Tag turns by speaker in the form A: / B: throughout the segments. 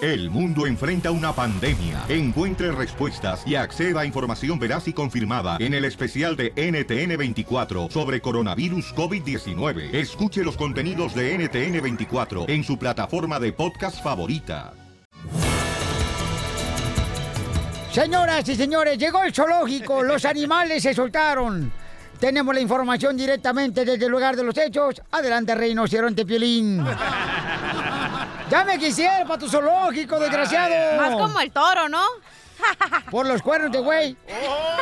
A: El mundo enfrenta una pandemia. Encuentre respuestas y acceda a información veraz y confirmada en el especial de NTN24 sobre coronavirus COVID-19. Escuche los contenidos de NTN24 en su plataforma de podcast favorita.
B: Señoras y señores, llegó el zoológico, los animales se soltaron. Tenemos la información directamente desde el lugar de los hechos. Adelante, rinoceronte piolín. Ya me quisiera para tu zoológico, desgraciado.
C: Más como el toro, ¿no?
B: Por los cuernos de güey. Oh.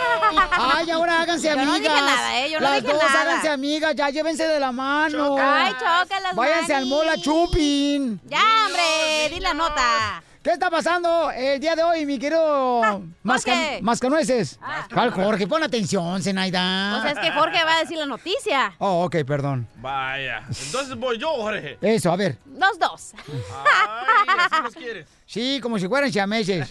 B: Ay, ahora háganse
C: Yo no
B: amigas.
C: dije nada, ¿eh? Yo no
B: Las
C: dije
B: dos
C: nada.
B: háganse amigas, ya llévense de la mano.
C: Ay, chócalas,
B: Váyanse al
C: Mari.
B: mola chupin.
C: Ya, hombre, di la nota.
B: ¿Qué está pasando el día de hoy, mi querido masca
C: Ah, Jorge. Ah,
B: Mascanueces? ¿Cuál Jorge? Pon atención, Zenaida.
C: O sea, es que Jorge va a decir la noticia.
B: Oh, ok, perdón.
D: Vaya. Entonces voy yo, Jorge.
B: Eso, a ver.
C: Los dos.
D: Ay, así nos quieres.
B: Sí, como si fueran siameses,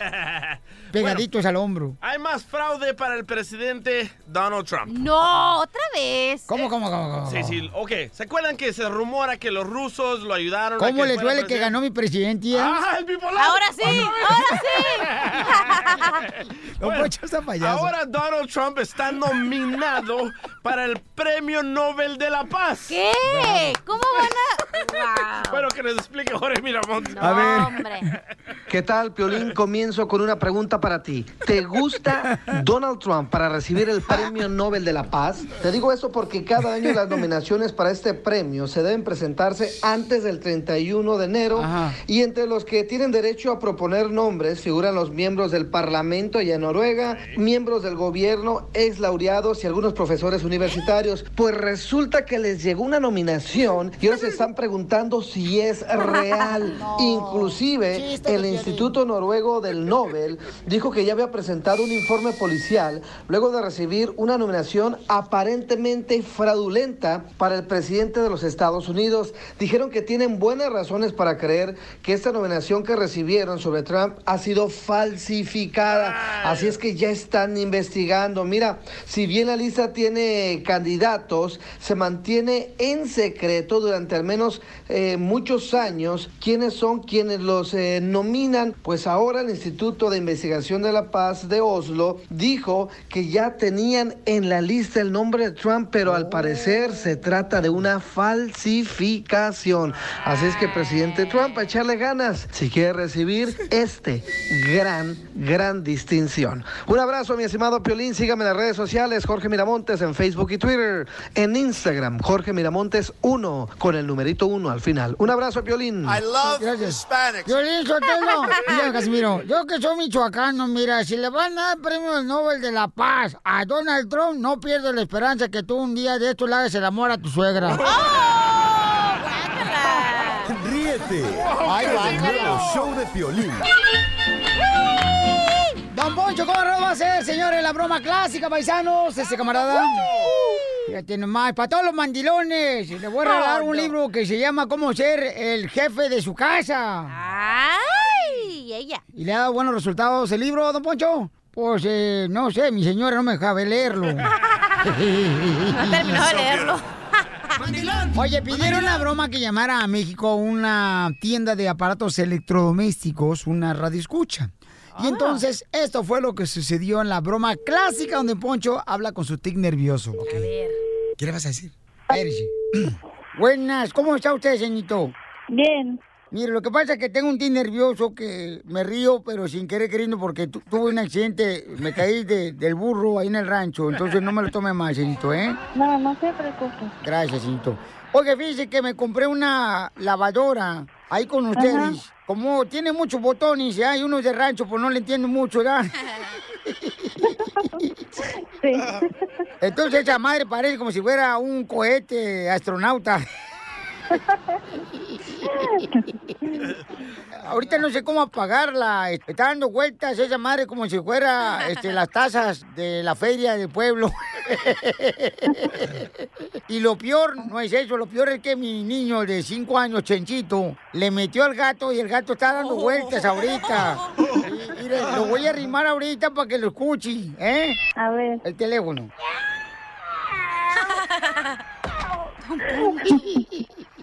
B: pegaditos al hombro.
D: Hay más fraude para el presidente Donald Trump.
C: No, otra vez.
B: ¿Cómo, cómo, cómo? cómo?
D: Sí, sí, ok. ¿Se acuerdan que se rumora que los rusos lo ayudaron? a
B: ¿Cómo
D: que
B: les
D: fuera
B: duele que ganó mi presidente?
D: presidente?
B: eh?
D: ¡Ah, el bipolar!
C: Ahora sí, ahora sí.
B: No
D: Bueno,
B: puedo echar esa payaso.
D: Ahora Donald Trump está nominado para el Premio Nobel de la Paz.
C: ¿Qué? ¿Cómo van a...? Wow.
D: Bueno, que nos explique Jorge Miramontes.
C: no,
E: a ver.
C: hombre.
E: ¿Qué tal, Piolín? Comienzo con una pregunta para ti. ¿Te gusta Donald Trump para recibir el Premio Nobel de la Paz? Te digo eso porque cada año las nominaciones para este premio se deben presentarse antes del 31 de enero
B: Ajá.
E: y entre los que tienen derecho a proponer nombres figuran los miembros del Parlamento y en Noruega, miembros del gobierno, ex laureados y algunos profesores universitarios. Pues resulta que les llegó una nominación y ahora se están preguntando si es real. Inclusive
B: Chiste de
E: el
B: Piolín.
E: Instituto Noruego del Nobel dijo que ya había presentado un informe policial luego de recibir una nominación aparentemente fraudulenta para el presidente de los Estados Unidos. Dijeron que tienen buenas razones para creer que esta nominación que recibieron sobre Trump ha sido falsificada. Así es que ya están investigando. Mira, si bien la lista tiene candidatos, se mantiene en secreto durante al menos eh, muchos años quiénes son quienes los eh, nominan. Pues ahora el Instituto de Investigación de la Paz de Oslo dijo que ya tenían en la lista el nombre de Trump, pero al parecer se trata de una falsificación. Así es que, presidente Trump, a echarle ganas si quiere recibir este gran, gran distinción. Un abrazo, mi estimado Piolín. Sígame en las redes sociales, Jorge Miramontes, en Facebook y Twitter. En Instagram, Jorge Miramontes 1, con el numerito 1 al final. Un abrazo, Piolín.
F: love
B: Gracias. Piolín Sotelo. Mira, Casimiro, yo que soy michoacano, mira, si le van a dar premio Nobel de la Paz a Donald Trump, no pierdo la esperanza que tú un día de esto le hagas el amor a tu suegra.
F: Ríete. Ay, el nuevo show de Piolín.
B: Don Poncho Corro va a ser, señores, la broma clásica, paisanos, ese camarada. Fíjate nomás, para todos los mandilones, le voy a regalar un libro que se llama Cómo ser el jefe de su casa.
C: Ay, ella.
B: ¿Y le ha dado buenos resultados el libro, don Poncho? Pues, eh, no sé, mi señora no me dejaba leerlo.
C: No terminó de leerlo.
B: Oye, pidieron la broma que llamara a México una tienda de aparatos electrodomésticos, una radio escucha. Y entonces esto fue lo que sucedió en la broma clásica donde Poncho habla con su tic nervioso.
C: A ver.
B: ¿Qué le vas a decir? Espérese. Buenas, ¿cómo está usted, señorito?
G: Bien,
B: Mire, lo que pasa es que tengo un tic nervioso que me río, pero sin querer queriendo, porque tu- tuve un accidente, me caí de- del burro ahí en el rancho, entonces no me lo tome más, señorito, ¿eh?
G: no, no se preocupe.
B: Gracias, señorito. Oye, fíjese que me compré una lavadora ahí con ustedes. Como tiene muchos botones, ¿ya? hay unos de rancho, pues no le entiendo mucho, ¿verdad?
G: Sí,
B: Entonces esa madre parece como si fuera un cohete astronauta. Ahorita no sé cómo apagarla. Está dando vueltas esa madre como si fuera este, las tazas de la feria del pueblo. y lo peor no es eso, lo peor es que mi niño de 5 años, Chenchito, le metió al gato y el gato está dando vueltas ahorita. Y- y le- lo voy a arrimar ahorita para que lo escuche, ¿eh?
G: a ver,
B: El teléfono.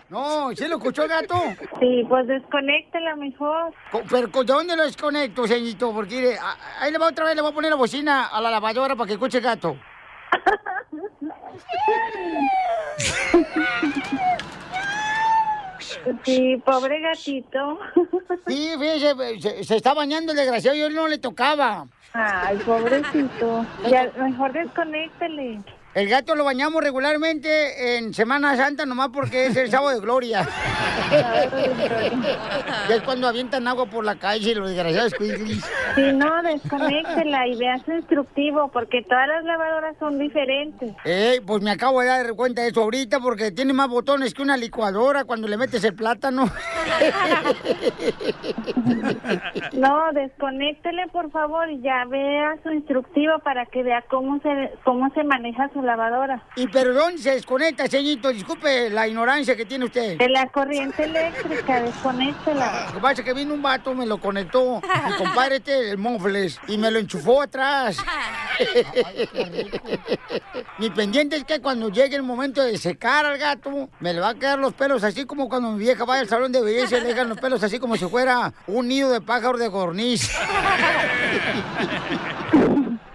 B: No, ¿sí lo escuchó el gato?
G: Sí, pues desconéctela mejor.
B: Co- Pero ¿con- ¿de dónde lo desconecto, señorito? Porque mire, a- ahí le va otra vez, le voy a poner la bocina a la lavadora para que escuche el gato.
G: Sí, pobre gatito.
B: Sí, fíjese, se, se está bañando el desgraciado y él no le tocaba.
G: Ay, pobrecito. Ya, mejor desconéctele.
B: El gato lo bañamos regularmente en Semana Santa nomás porque es el sábado de gloria. Y es cuando avientan agua por la calle los desgraciados cuiglis.
G: Si no, desconéctela y veas su instructivo, porque todas las lavadoras son diferentes.
B: Eh, pues me acabo de dar cuenta de eso ahorita porque tiene más botones que una licuadora cuando le metes el plátano.
G: No, desconéctele, por favor, y ya vea su instructivo para que vea cómo se, cómo se maneja su lavadora.
B: Y perdón, se desconecta, señorito. Disculpe la ignorancia que tiene usted.
G: De la corriente eléctrica, desconéctela.
B: Lo que pasa es que vino un vato, me lo conectó, mi compadre este, el Monfles, y me lo enchufó atrás. mi pendiente es que cuando llegue el momento de secar al gato, me le va a quedar los pelos así como cuando mi vieja vaya al salón de belleza y le dejan los pelos así como si fuera un nido de pájaro de corniz.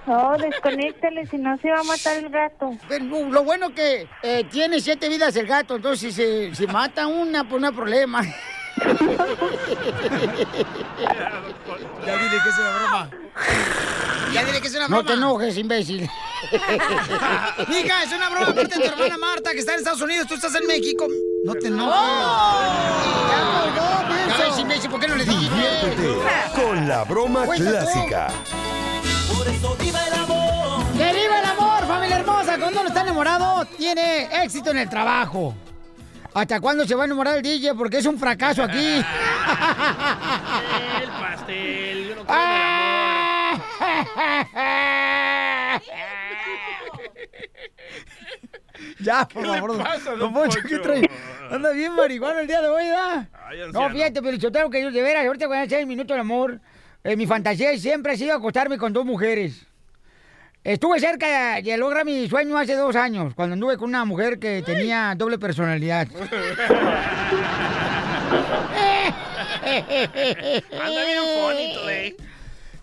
G: No, desconéctele, si no se va a matar el gato.
B: Pero Lo bueno que eh, tiene siete vidas el gato, entonces si, se- si mata una, pues no hay problema.
H: Ya dile que es una broma. Ya dile que es una broma.
B: No te enojes, imbécil.
H: Mija, es una broma aparte de tu hermana Marta que está en Estados Unidos, tú estás en México. No te enojes.
G: ¡Oh!
H: Ya ves, imbécil, ¿por qué no le dijiste?
F: Diviértete con la broma
B: Cuéntate.
F: clásica.
B: ¡Que viva el amor, familia hermosa! Cuando uno está enamorado, tiene éxito en el trabajo. ¿Hasta cuándo se va a enamorar el DJ? Porque es un fracaso aquí.
D: El pastel, yo no creo en el amor.
B: ya, por
D: ¿Qué le
B: favor.
D: pasa,
B: don
D: don
B: Poncho,
D: Poncho?
B: ¿qué trae? Anda bien marihuana el día de hoy, ¿verdad?
D: Ay,
B: no,
D: anciano.
B: fíjate, pero yo tengo que yo de veras, ahorita voy a hacer el minuto del amor. Eh, mi fantasía siempre ha sido acostarme con dos mujeres. Estuve cerca de lograr mi sueño hace dos años, cuando anduve con una mujer que tenía doble personalidad.
D: Anda bien bonito, eh.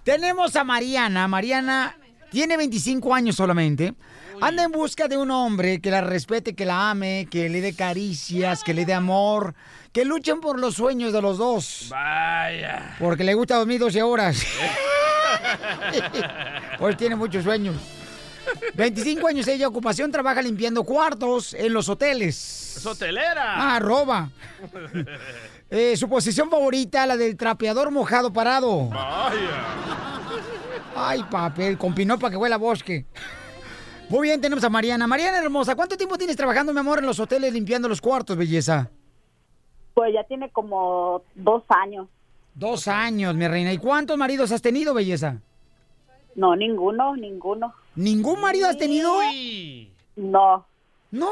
B: Tenemos a Mariana. Mariana tiene 25 años solamente. Anda en busca de un hombre que la respete, que la ame, que le dé caricias, que le dé amor, que luchen por los sueños de los dos.
D: Vaya.
B: Porque le gusta dormir 12 horas. Pues tiene muchos sueños. 25 años ella, ocupación, trabaja limpiando cuartos en los hoteles.
D: Es hotelera.
B: Ah, roba. Eh, su posición favorita, la del trapeador mojado parado.
D: Vaya.
B: Ay, papel, con pinopa que huele a bosque. Muy bien, tenemos a Mariana. Mariana hermosa, ¿cuánto tiempo tienes trabajando, mi amor, en los hoteles limpiando los cuartos, belleza?
G: Pues ya tiene como dos años.
B: Dos años, mi reina. ¿Y cuántos maridos has tenido, belleza?
G: No, ninguno, ninguno.
B: ¿Ningún marido has tenido?
D: Uy.
G: No,
B: No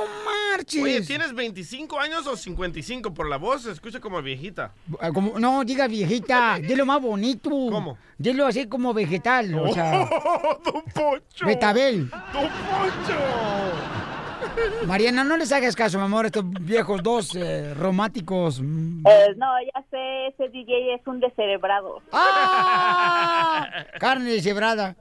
B: marches.
D: Oye, ¿tienes 25 años o 55? Por la voz se escucha como viejita.
B: Ah, como- No, diga viejita, dilo más bonito.
D: ¿Cómo?
B: Dilo así como vegetal, o sea,
D: ¡Oh, don Pocho!
B: betabel.
D: ¡Don Pocho!
B: Mariana, no les hagas caso, mi amor, estos viejos dos eh, románticos. mm.
G: eh, no, ya sé, ese DJ es un descerebrado.
B: ¡Ah! Carne deshebrada.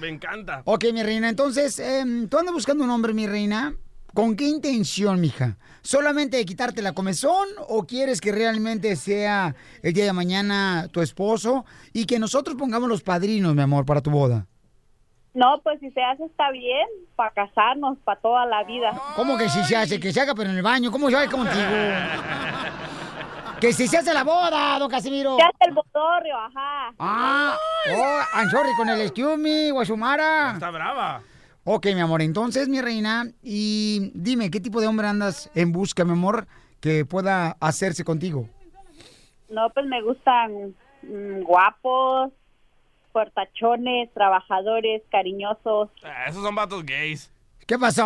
D: Me encanta.
B: Ok, mi reina, entonces, em, tú andas buscando un hombre, mi reina. ¿Con qué intención, mija? ¿Solamente de quitarte la comezón o quieres que realmente sea el día de mañana tu esposo y que nosotros pongamos los padrinos, mi amor, para tu boda?
G: No, pues si se hace está bien, para casarnos, para toda la vida.
B: ¿Cómo que si se hace? Que se haga, pero en el baño. ¿Cómo se va a ir contigo? Que si se hace la boda, don Casimiro.
G: Se hace el botorrio, ajá.
B: Ah, oh, I'm sorry, con el excuse me, Guasumara.
D: Está brava.
B: Ok, mi amor, entonces, mi reina, y dime, ¿qué tipo de hombre andas en busca, mi amor, que pueda hacerse contigo?
G: No, pues me gustan mm, guapos, portachones, trabajadores, cariñosos.
D: Ah, esos son vatos gays.
B: ¿Qué pasó?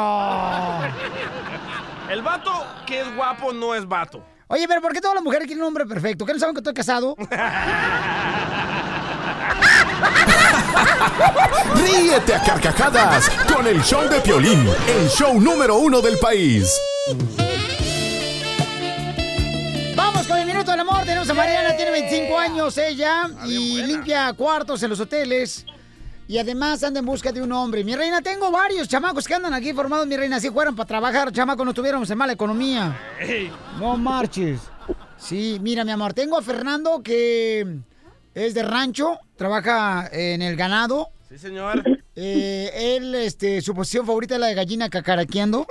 D: El vato que es guapo no es vato.
B: Oye, pero ¿por qué todas las mujeres quieren un hombre perfecto? ¿Qué no saben que estoy casado?
F: Ríete a carcajadas con el show de Piolín, el show número uno del país.
B: 25 años ella y limpia cuartos en los hoteles. Y además anda en busca de un hombre. Mi reina, tengo varios chamacos que andan aquí formados, mi reina. Si fueran para trabajar, chamacos, no estuviéramos en mala economía. No marches. Sí, mira, mi amor, tengo a Fernando que es de rancho, trabaja en el ganado.
I: Sí, señor.
B: Eh, él, este, su posición favorita es la de gallina cacaraqueando.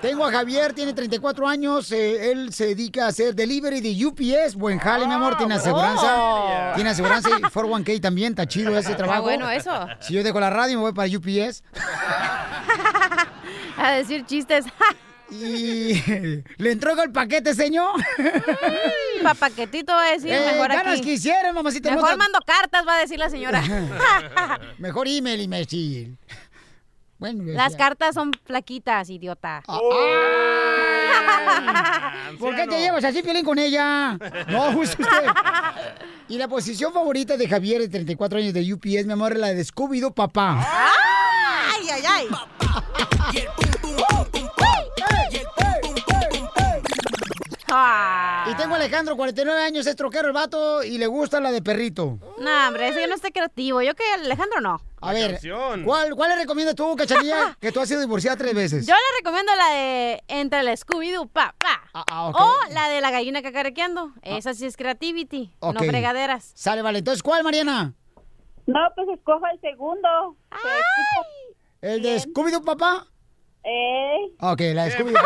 B: Tengo a Javier, tiene 34 años. eh, él se dedica a hacer delivery de UPS. Buen jale, mi amor.
C: Ah,
B: Tiene aseguranza.
C: wow.
B: Tiene aseguranza y 401k también. Está chido ese trabajo.
C: Ah, bueno eso.
B: Si yo dejo la radio, me voy para UPS.
C: A decir chistes.
B: Y le entrego el paquete, señor.
C: Papaquetito va a decir
B: Eh,
C: mejor
B: ganas
C: aquí.
B: quisiera, mamacita
C: Mejor
B: hermosa.
C: mando cartas, va a decir la señora.
B: Mejor email, imbécil. Bueno,
C: Las
B: ya.
C: cartas son flaquitas, idiota.
B: Ah, ¿Por qué te llevas así, Piolín, con ella? No, justo usted. Y la posición favorita de Javier, de 34 años, de UPS, mi amor, es la de Scooby-Doo, papá.
C: ¡Ay, ay, ay! Ah.
B: Y tengo a Alejandro, 49 años, es troquero el vato, y le gusta la de perrito.
C: No, hombre, ese ya no está creativo. Yo que Alejandro no.
B: A ver,
I: canción.
B: ¿cuál, ¿cuál le recomiendas tú, Cachanilla, que tú has sido divorciada tres veces?
C: Yo le recomiendo la de entre el Scooby-Doo, pa, pa.
B: Ah, ah, ok.
C: O la de la gallina cacarequeando. Esa sí es creativity,
B: Ok.
C: no fregaderas.
B: Sale, vale. Entonces, ¿cuál, Mariana?
J: No, pues escojo el segundo. Que escucho-
B: ¿El de Scooby-Doo, papá?
J: Eh,
B: Ok, la de Scooby-Doo,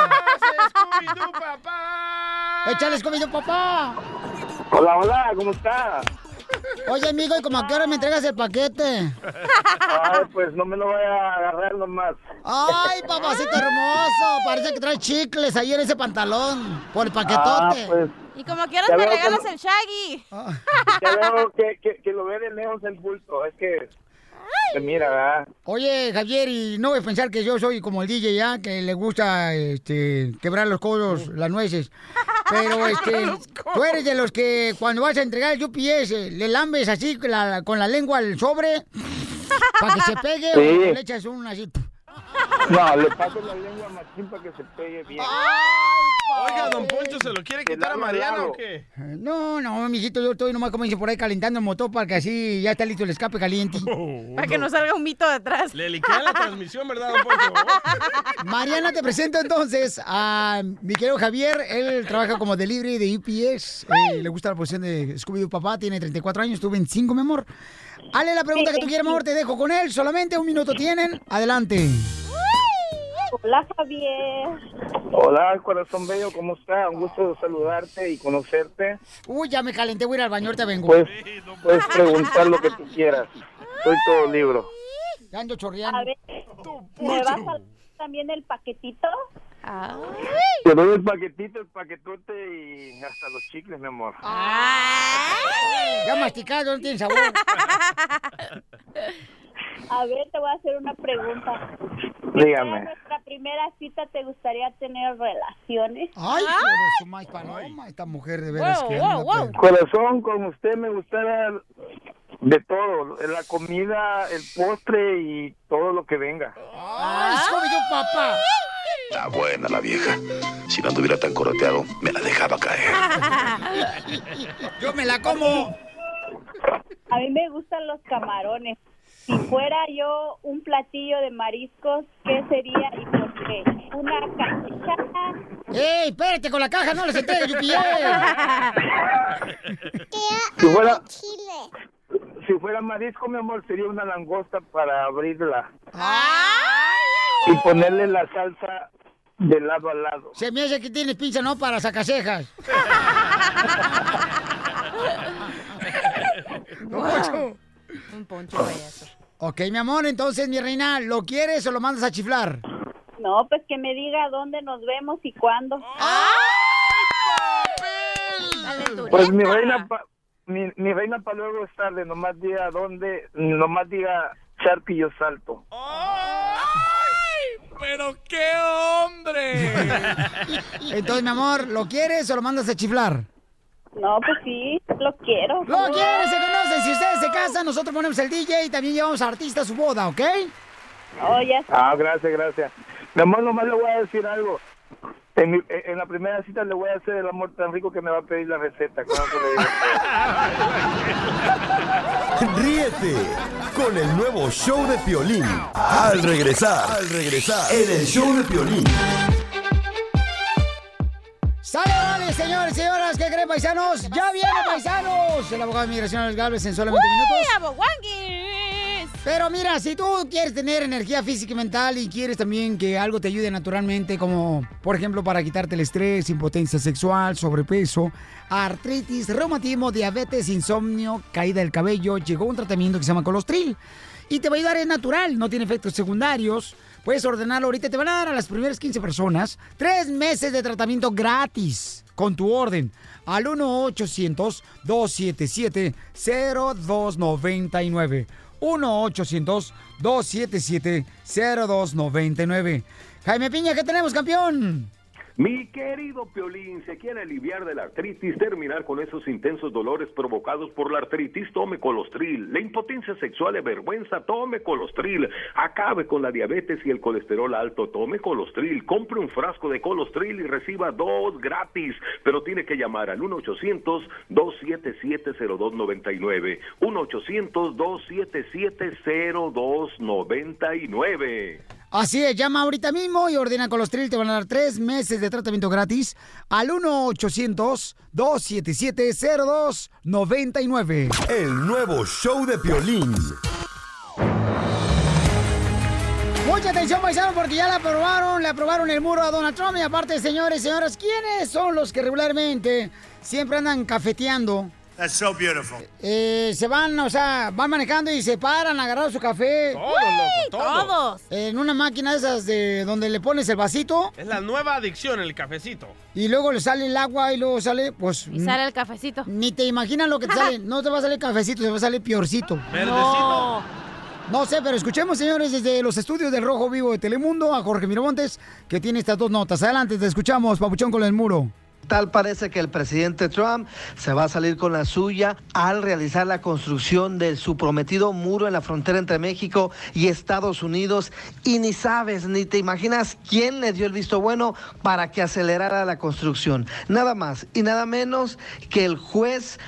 B: papá. Échale Scooby-Doo, papá.
K: Hola, hola, ¿cómo está?
B: Oye, amigo, ¿y como a qué hora me entregas el paquete?
K: Ay, pues no me lo voy a agarrar nomás.
B: Ay, papacito hermoso, parece que trae chicles ahí en ese pantalón, por el
K: Ah,
B: paquetote.
K: pues
C: Y como quieras
K: Ya
C: me
K: veo que
C: regalas
K: no-
C: el Shaggy.
K: ya veo que, que, que lo ve de lejos el bulto. Es que se mira, ¿verdad?
B: Oye, Javier, y no voy a pensar que yo soy como el DJ ya, que le gusta este, quebrar los codos, las nueces. Pero este, tú eres de los que cuando vas a entregar el UPS, eh, le lambes así con la, con la lengua al sobre para que se pegue
K: Sí.
B: o le echas un así.
K: No, le paso la lengua machín para que se pegue bien.
I: Oiga, don Poncho, ¿se lo quiere
K: De
I: quitar a
K: lado a
I: Mariana
K: lado.
I: o qué?
B: No, no, mijito, yo estoy nomás como dice por ahí calentando el motor para que así ya está listo el escape caliente.
C: Para que oh, no salga un mito de atrás.
I: Le liquea la transmisión, ¿verdad, don Poncho?
B: Mariana, te presento entonces a mi querido Javier. Él trabaja como delivery de UPS. Eh, le gusta la posición de Scooby-Doo Papá. Tiene 34 años, tú 25, mi amor. Hale la pregunta que tú quieras, mi amor. Te dejo con él. Solamente un minuto tienen. Adelante.
J: hola, Javier.
K: Hola, corazón bello, ¿cómo está? Un gusto saludarte y conocerte.
B: Uy, ya me calenté. Voy a ir al baño, te vengo.
K: Puedes, puedes preguntar lo que tú quieras. Soy todo libro.
B: Ya ando
J: A
B: chorreando.
J: ver, ¿me vas a dar también el paquetito?
K: Te doy el paquetito, el paquetote y hasta los chicles, mi amor.
B: Ya Ah, masticado, no tiene sabor.
J: A ver, te voy a hacer una pregunta. ¿En
K: Dígame.
J: nuestra primera cita te gustaría tener relaciones?
B: Ay, hijo de su maíz paloma. Esta mujer de veras
C: Wow,
B: que
C: wow,
B: anda, pues.
C: wow.
B: pero-
K: Corazón, con usted me gustaba de todo, la comida, el postre y todo lo que venga.
C: Ah.
B: Ay,
I: Ah.
B: Scooby-Doo Papá.
L: La buena, la vieja. Si no anduviera tan coroteado, me la dejaba caer.
B: Yo me la como.
J: A mí me gustan los camarones. Si fuera yo un platillo de mariscos, ¿qué sería y por qué? Una cachita.
B: ¡Ey, espérate con la eh. caja! ¡No les entregues, UPS!
K: Si fuera, si fuera marisco, mi amor, sería una langosta para abrirla y ponerle la salsa de lado a lado.
B: Se me hace que tienes pinza, ¿no? Para sacasejas.
C: Un poncho payaso.
B: Ok, mi amor, entonces, mi reina, ¿lo quieres o lo mandas a chiflar?
J: No, pues que me diga dónde nos vemos y cuándo.
K: Pues mi reina, pa- mi, mi reina para luego es tarde, nomás diga dónde, nomás diga Sharky yo salto.
I: ¡Ay! ¡Pero qué hombre!
B: Entonces, mi amor, ¿lo quieres o lo mandas a chiflar?
J: No, pues sí, lo quiero.
B: ¡Lo quieres! Se conocen. Si ustedes se casan, nosotros ponemos el DJ y también llevamos a artistas a su boda, ¿ok?
J: Oh, ya
K: Ah, gracias, gracias. Mi amor, nomás le voy a decir algo.
M: En, mi- en la primera cita le voy a hacer el amor tan rico que me va a pedir la receta. claro que le digo.
F: Ríete con el nuevo show de Piolín. Al regresar, al regresar, en el show de Piolín.
B: ¡Sale, vale, señores, señoras! ¿Qué creen, paisanos? ¡Ya viene, paisanos! El abogado de migración Alex Galvez en solamente minutos. Pero mira, si tú quieres tener energía física y mental y quieres también que algo te ayude naturalmente, como por ejemplo para quitarte el estrés, impotencia sexual, sobrepeso, artritis, reumatismo, diabetes, insomnio, caída del cabello, llegó un tratamiento que se llama Colostril. Y te va a ayudar, es natural, no tiene efectos secundarios. Puedes ordenarlo ahorita, te van a dar a las primeras 15 personas tres meses de tratamiento gratis con tu orden al 1-800-277-0299. 1-800-277-0299. Jaime Piña, ¿qué tenemos, campeón?
N: Mi querido Piolín, ¿se quiere aliviar de la artritis, terminar con esos intensos dolores provocados por la artritis? Tome colostril. La impotencia sexual y vergüenza, tome colostril. Acabe con la diabetes y el colesterol alto, tome colostril. Compre un frasco de colostril y reciba dos gratis. Pero tiene que llamar al 1-800-277-0299. 1-800-277-0299.
B: Así es, llama ahorita mismo y ordena Colostril. Te van a dar tres meses de tratamiento gratis al 1-800-277-0299.
F: El nuevo show de Piolín.
B: Mucha atención, paisano, porque ya la aprobaron, le aprobaron el muro a Donald Trump. Y aparte, señores y señoras, ¿quiénes son los que regularmente siempre andan cafeteando?
O: That's so beautiful.
B: Eh, se van, o sea, van manejando y se paran agarrar su café.
D: Todos, loco, todos. Todos.
B: En una máquina de esas de donde le pones el vasito
D: Es la nueva adicción, el cafecito.
B: y luego le sale el agua y luego sale, pues...
D: Y sale
B: el cafecito. Ni te imaginas lo que te sale. No te va a salir cafecito, te va a salir piorcito.
D: Verdecito.
B: No sé, pero escuchemos, señores, desde los estudios del Rojo Vivo de Telemundo a Jorge Miramontes, que tiene estas dos notas. Adelante, te escuchamos, Papuchón con el muro.
E: Tal parece que el presidente Trump se va a salir con la suya al realizar la construcción de su prometido muro en la frontera entre México y Estados Unidos y ni sabes ni te imaginas quién le dio el visto bueno para que acelerara la construcción. Nada más y nada menos que el juez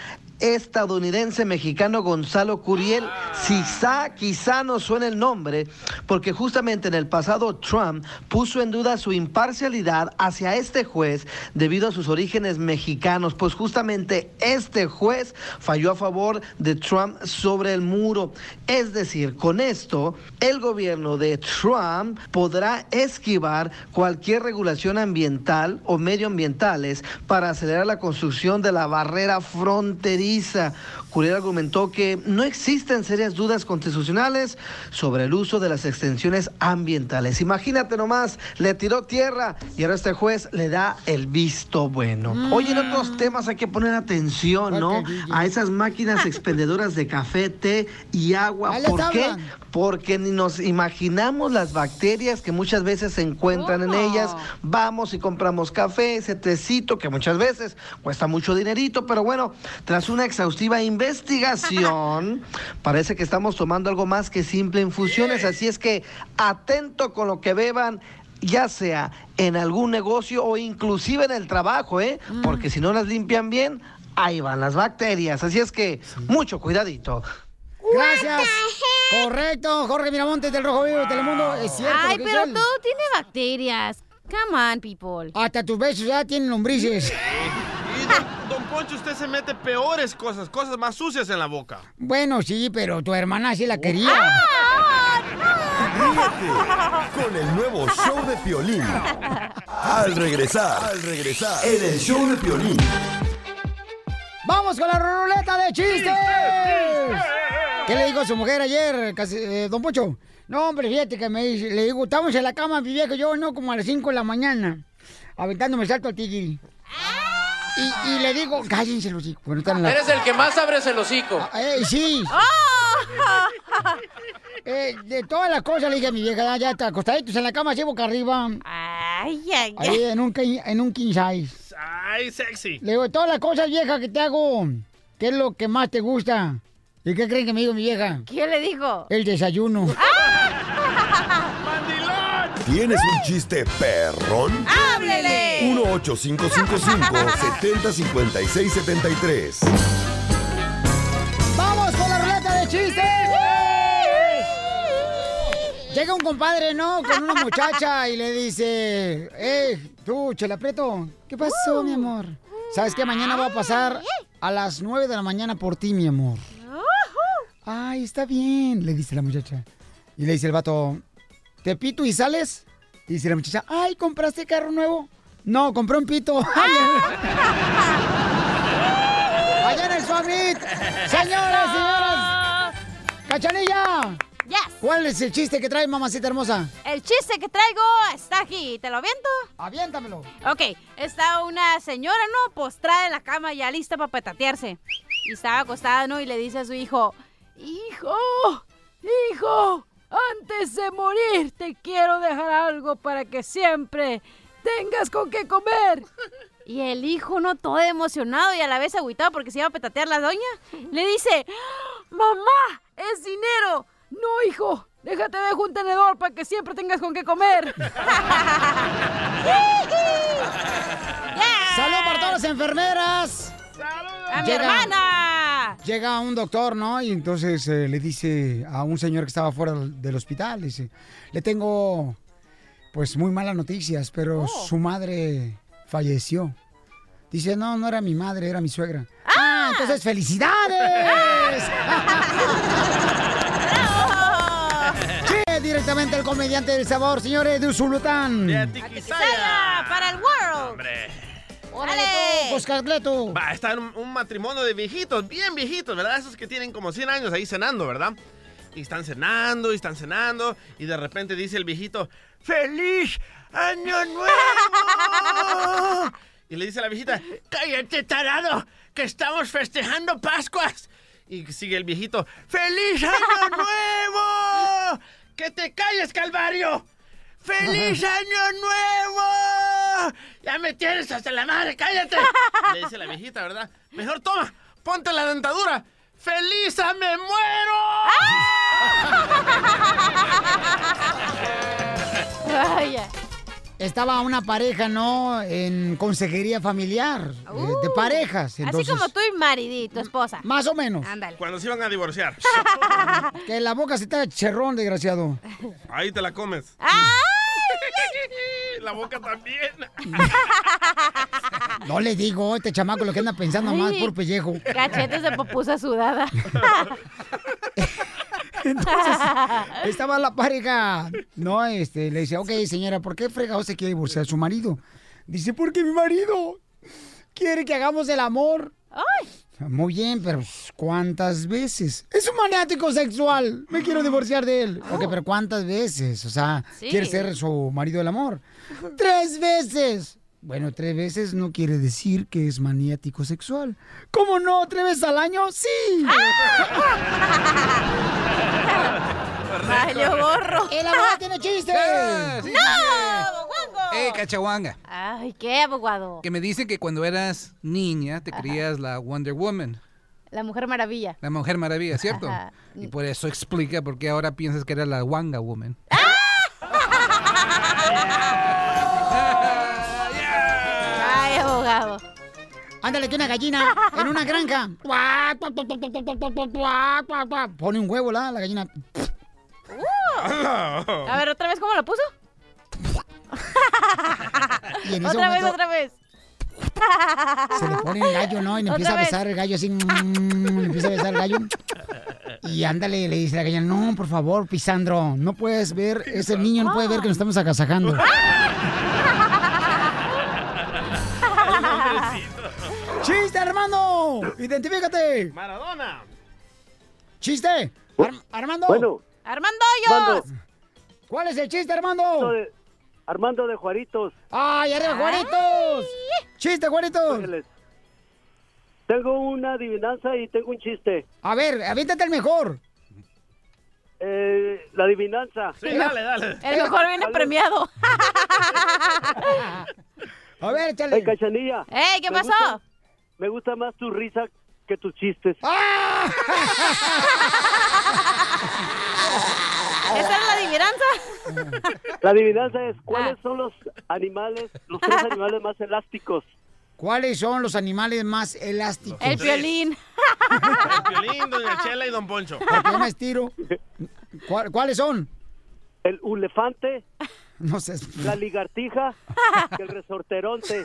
E: estadounidense mexicano Gonzalo Curiel, quizá, quizá no suene el nombre, porque justamente en el pasado Trump puso en duda su imparcialidad hacia este juez debido a sus orígenes mexicanos, pues justamente este juez falló a favor de Trump sobre el muro. Es decir, con esto, el gobierno de Trump podrá esquivar cualquier regulación ambiental o medioambientales para acelerar la construcción de la barrera fronteriza. Curiel argumentó que no existen serias dudas constitucionales sobre el uso de las extensiones ambientales. Imagínate nomás, le tiró tierra y ahora este juez le da el visto bueno. Oye, en otros temas hay que poner atención, ¿no? A esas máquinas expendedoras de café, té y agua.
B: Ahí les
E: ¿Por qué?
B: hablan.
E: porque ni nos imaginamos las bacterias que muchas veces se encuentran en ellas. Vamos y compramos café, ese tecito que muchas veces cuesta mucho dinerito, pero bueno, tras una exhaustiva investigación, parece que estamos tomando algo más que simple infusiones, así es que atento con lo que beban ya sea en algún negocio o inclusive en el trabajo, ¿eh?
B: Mm.
E: Porque si no las limpian bien, ahí van las bacterias. Así es que mucho cuidadito.
B: Gracias. Correcto, Jorge Miramontes del Rojo Vivo de Telemundo. Es cierto.
C: Ay,
B: lo que
C: pero
B: dice él.
C: todo tiene bacterias. Come on, people.
B: Hasta tus besos ya tienen lombrices.
D: Y don, don Poncho, usted se mete peores cosas, cosas más sucias en la boca.
B: Bueno, sí, pero tu hermana sí la quería.
F: Ríete con el nuevo show de Piolín. Al regresar, al regresar, en el show de Piolín.
B: ¡Vamos con la ruleta de chistes! ¿Qué le dijo su mujer ayer, casi- eh, don Pocho? No, hombre, fíjate que me dice, le digo, estamos en la cama, mi viejo, y yo, no, como a las 5 de la mañana, aventándome salto al tigre. Y, y le digo, cállense los hijos. Bueno, están en la-
K: Eres el que ¡Ah! más abres el hocico.
B: Eh, sí. Eh, de todas las cosas le dije a mi vieja, ya, ya está, acostaditos en la cama, así boca arriba. Ay, ay,
C: ay.
B: Ahí en un, king- en un king size.
D: Ay, sexy.
B: Le digo, todas las cosas viejas que te hago, ¿qué es lo que más te gusta? ¿Y qué creen que me dijo mi vieja?
C: ¿Qué le dijo?
B: El desayuno.
F: ¿Tienes un chiste perrón?
O: ¡Háblele!
F: 1-8555-705673.
B: ¡Vamos con la ruleta de chistes! Llega un compadre, ¿no? Con una muchacha y le dice, ¡Ey, tú, Chela Prieto! ¿Qué pasó, mi amor? ¿Sabes que Mañana va a pasar a las 9 de la mañana por ti, mi amor. Ay, está bien, le dice la muchacha. Y le dice el vato, ¿te pito y sales? Y dice la muchacha, ay, ¿compraste carro nuevo? No, compré un pito. Allá en el Suavit. Señores, señoras. ¡Cachanilla! ¿Cuál es el chiste que trae, mamacita hermosa?
C: El chiste que traigo está aquí. ¿Te lo aviento?
B: Aviéntamelo.
C: Ok, está una señora, ¿no? Postrada en la cama, ya lista para petatearse. Y estaba acostada, ¿no? Y le dice a su hijo: ¡Hijo! ¡Hijo! Antes de morir, te quiero dejar algo para que siempre tengas con qué comer. Y el hijo, no todo emocionado y a la vez agüitado porque se iba a petatear la doña, le dice: ¡Mamá! ¡Es dinero! No, hijo, déjate dejo un tenedor para que siempre tengas con qué comer.
B: ¡Saludos para todas las enfermeras!
C: ¡A mi
B: Llega.
C: hermana!
B: Llega un doctor, ¿no? Y entonces eh, le dice a un señor que estaba fuera del del hospital, dice, le tengo pues muy malas noticias, pero su madre falleció. Dice, no, no era mi madre, era mi suegra. ¡Ah! entonces felicidades.
I: Ah.
B: Sí, directamente el comediante del sabor, señores, de Usulután.
C: ¡Sala para el world!
B: ¡Órale! tú, Oscar Cleto.
D: Va a estar un, un matrimonio de viejitos, bien viejitos, ¿verdad? Esos que tienen como 100 años ahí cenando, ¿verdad? Y están cenando, y están cenando, y de repente dice el viejito, ¡Feliz Año Nuevo! y le dice a la viejita, ¡Cállate, tarado! ¡Que estamos festejando Pascuas! Y sigue el viejito, ¡Feliz Año Nuevo! ¡Que te calles, Calvario! ¡Feliz Año Nuevo! ¡Ya me tienes hasta la madre! ¡Cállate! Le dice la viejita, ¿verdad? Mejor toma, ponte la dentadura. ¡Feliz a me muero!
B: Estaba una pareja, ¿no? En consejería familiar, eh, de parejas. Entonces,
C: Uh, Así como tú y Mari, tu esposa.
B: Más o menos.
C: Ándale.
D: Cuando se iban a divorciar.
B: Que la boca se está cherrón, desgraciado.
D: Ahí te la comes. La boca también.
B: No le digo, este chamaco lo que anda pensando más
C: Ay,
B: por pellejo.
C: Cachetes de popusa sudada.
B: Entonces, estaba la pareja, ¿no? Este, le decía, ok, señora, ¿por qué fregado se quiere divorciar de su marido? Dice, porque mi marido quiere que hagamos el amor. Muy bien, pero pues, ¿cuántas veces? Es un maniático sexual. Me quiero divorciar de él. Ok, pero ¿cuántas veces? O sea,
O: Sí.
B: quiere ser su marido del amor. Tres veces. Bueno, tres veces no quiere decir que es maniático sexual. ¿Cómo no? ¿Tres veces al año? Sí.
O: ¡Ah! Valió gorro.
B: El abogado tiene chiste.
O: Sí,
C: ¡No! ¡Bongo!
P: ¡Eh, Cachahuanga!
C: Ay, qué abogado.
P: Que me dice que cuando eras niña te creías la Wonder Woman,
C: La Mujer Maravilla.
P: la Mujer Maravilla, ¿cierto?
C: Ajá.
P: Y por eso explica por qué ahora piensas que era la Wanga Woman.
C: Ay, abogado.
B: Ándale, que una gallina en una granja. Cuac, cuac, cuac, cuac, cuac, cuac, cuac, cuac, cuac, cuac. Pone un huevo la, la gallina.
C: Uh.
B: Oh.
C: A ver, ¿otra vez cómo lo puso?
B: Y en ese
C: otra vez,
B: momento
C: otra vez.
B: se le pone el gallo, ¿no? Y le
C: Otra
B: empieza a
C: vez.
B: besar el gallo así. mm, le empieza a besar el gallo. Y ándale, le dice la gallina, no, por favor, Pisandro, no puedes ver, ese niño no puede ver que nos estamos agasajando.
C: Ah.
B: ¡Chiste, hermano! ¡Identifícate!
D: Maradona.
B: ¡Chiste! Ar- ¡Armando!
Q: Bueno.
C: ¡Armando
Q: Armando.
B: ¿Cuál es el chiste, Armando?
Q: Armando de Juaritos.
B: ¡Ay, arriba, Juanitos! ¡Chiste, Juanitos!
Q: Tengo una adivinanza y tengo un chiste.
B: A ver, aviéntate el mejor.
Q: Eh, la adivinanza.
B: Sí, dale, dale. El mejor viene
Q: Dale.
C: premiado.
B: A ver, échale.
Q: Hey, Cachanilla.
C: ¡Ey, qué
Q: Me
C: pasó!
Q: gusta- me gusta más tu risa que
B: Ah.
Q: tus chistes.
C: ¿Esa es la adivinanza?
Q: La adivinanza es, ¿cuáles son los animales, los tres animales más elásticos?
B: ¿Cuáles son los animales más elásticos?
Q: El piolín.
D: El violín, doña Chela y don Poncho.
B: Porque yo me estiro. ¿Cuál- ¿Cuáles son?
Q: El elefante,
B: No sé.
Q: la ligartija y el resorteronte.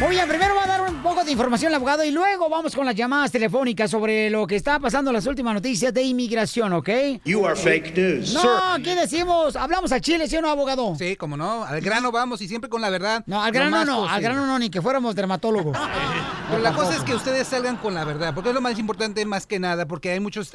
B: Muy bien, primero va a dar un poco de información el abogado y luego vamos con las llamadas telefónicas sobre lo que está pasando en las últimas noticias de inmigración, ¿ok?
L: You are fake news,
B: No,
L: sir.
B: aquí decimos, hablamos al Chile, ¿sí o no, abogado? Sí, como no, al grano vamos y siempre con la verdad. No, al
P: lo
B: grano
P: más
B: no, al
P: posible.
B: grano no, ni que fuéramos dermatólogos.
P: Pero la cosa es que ustedes salgan con la verdad, porque es lo más importante más que nada, porque hay muchos...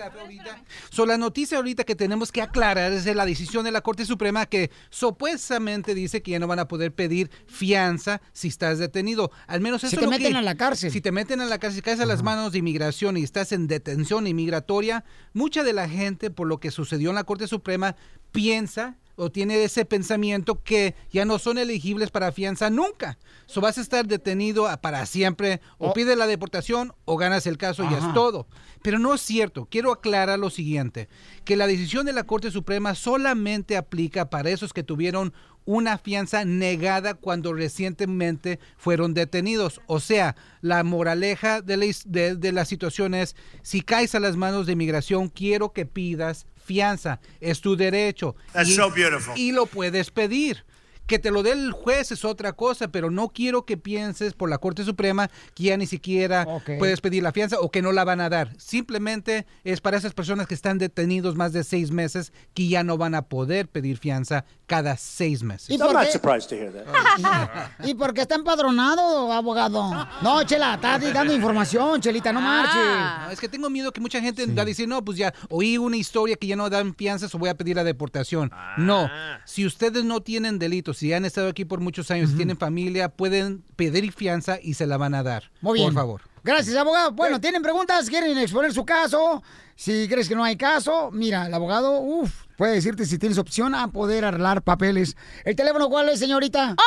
P: So, la noticia ahorita que tenemos que aclarar es de la decisión de la Corte Suprema que supuestamente dice que ya no van a poder pedir fianza si estás detenido. Al menos
B: Si
P: eso es
B: te
P: lo
B: meten
P: que-
B: a la cárcel.
P: Si te meten a la cárcel, si caes a las manos de inmigración y estás en detención inmigratoria, mucha de la gente, por lo que sucedió en la Corte Suprema, piensa o tiene ese pensamiento que ya no son elegibles para fianza nunca. So vas a estar detenido a- para siempre o
K: Oh.
P: pide la deportación o ganas el caso y
K: Ajá.
P: es todo. Pero no es cierto. Quiero aclarar lo siguiente, que la decisión de la Corte Suprema solamente aplica para esos que tuvieron una fianza negada cuando recientemente fueron detenidos. O sea, la moraleja de la, his- de- de la situación es, si caes a las manos de inmigración, quiero que pidas fianza. Es tu derecho.
L: That's so beautiful.
P: y lo puedes pedir. Que te lo dé el juez es otra cosa, pero no quiero que pienses por la Corte Suprema que ya ni siquiera puedes pedir la fianza o que no la van a dar. Simplemente es para esas personas que están detenidos más de seis meses que ya no van a poder pedir fianza cada seis meses.
B: ¿Y por
L: I'm not
B: qué?
L: surprised to hear that.
B: ¿Y por qué está empadronado, abogado? No, Chela, estás dando información, Chelita,
C: Ah.
B: no marches.
P: No, es que tengo miedo que mucha gente va a decir, no, pues ya oí una historia que ya no dan fianzas o voy a pedir la deportación. No, si ustedes no tienen delitos, si han estado aquí por muchos años, si tienen familia, pueden pedir fianza y se la van a dar.
B: Muy bien.
P: Por favor.
B: Gracias, abogado.
C: Eh.
B: Bueno, ¿tienen preguntas? ¿Quieren exponer su caso? Si crees que no hay caso, mira, el abogado, uff, puede decirte si tienes opción a poder arreglar papeles. ¿El teléfono cuál es, señorita?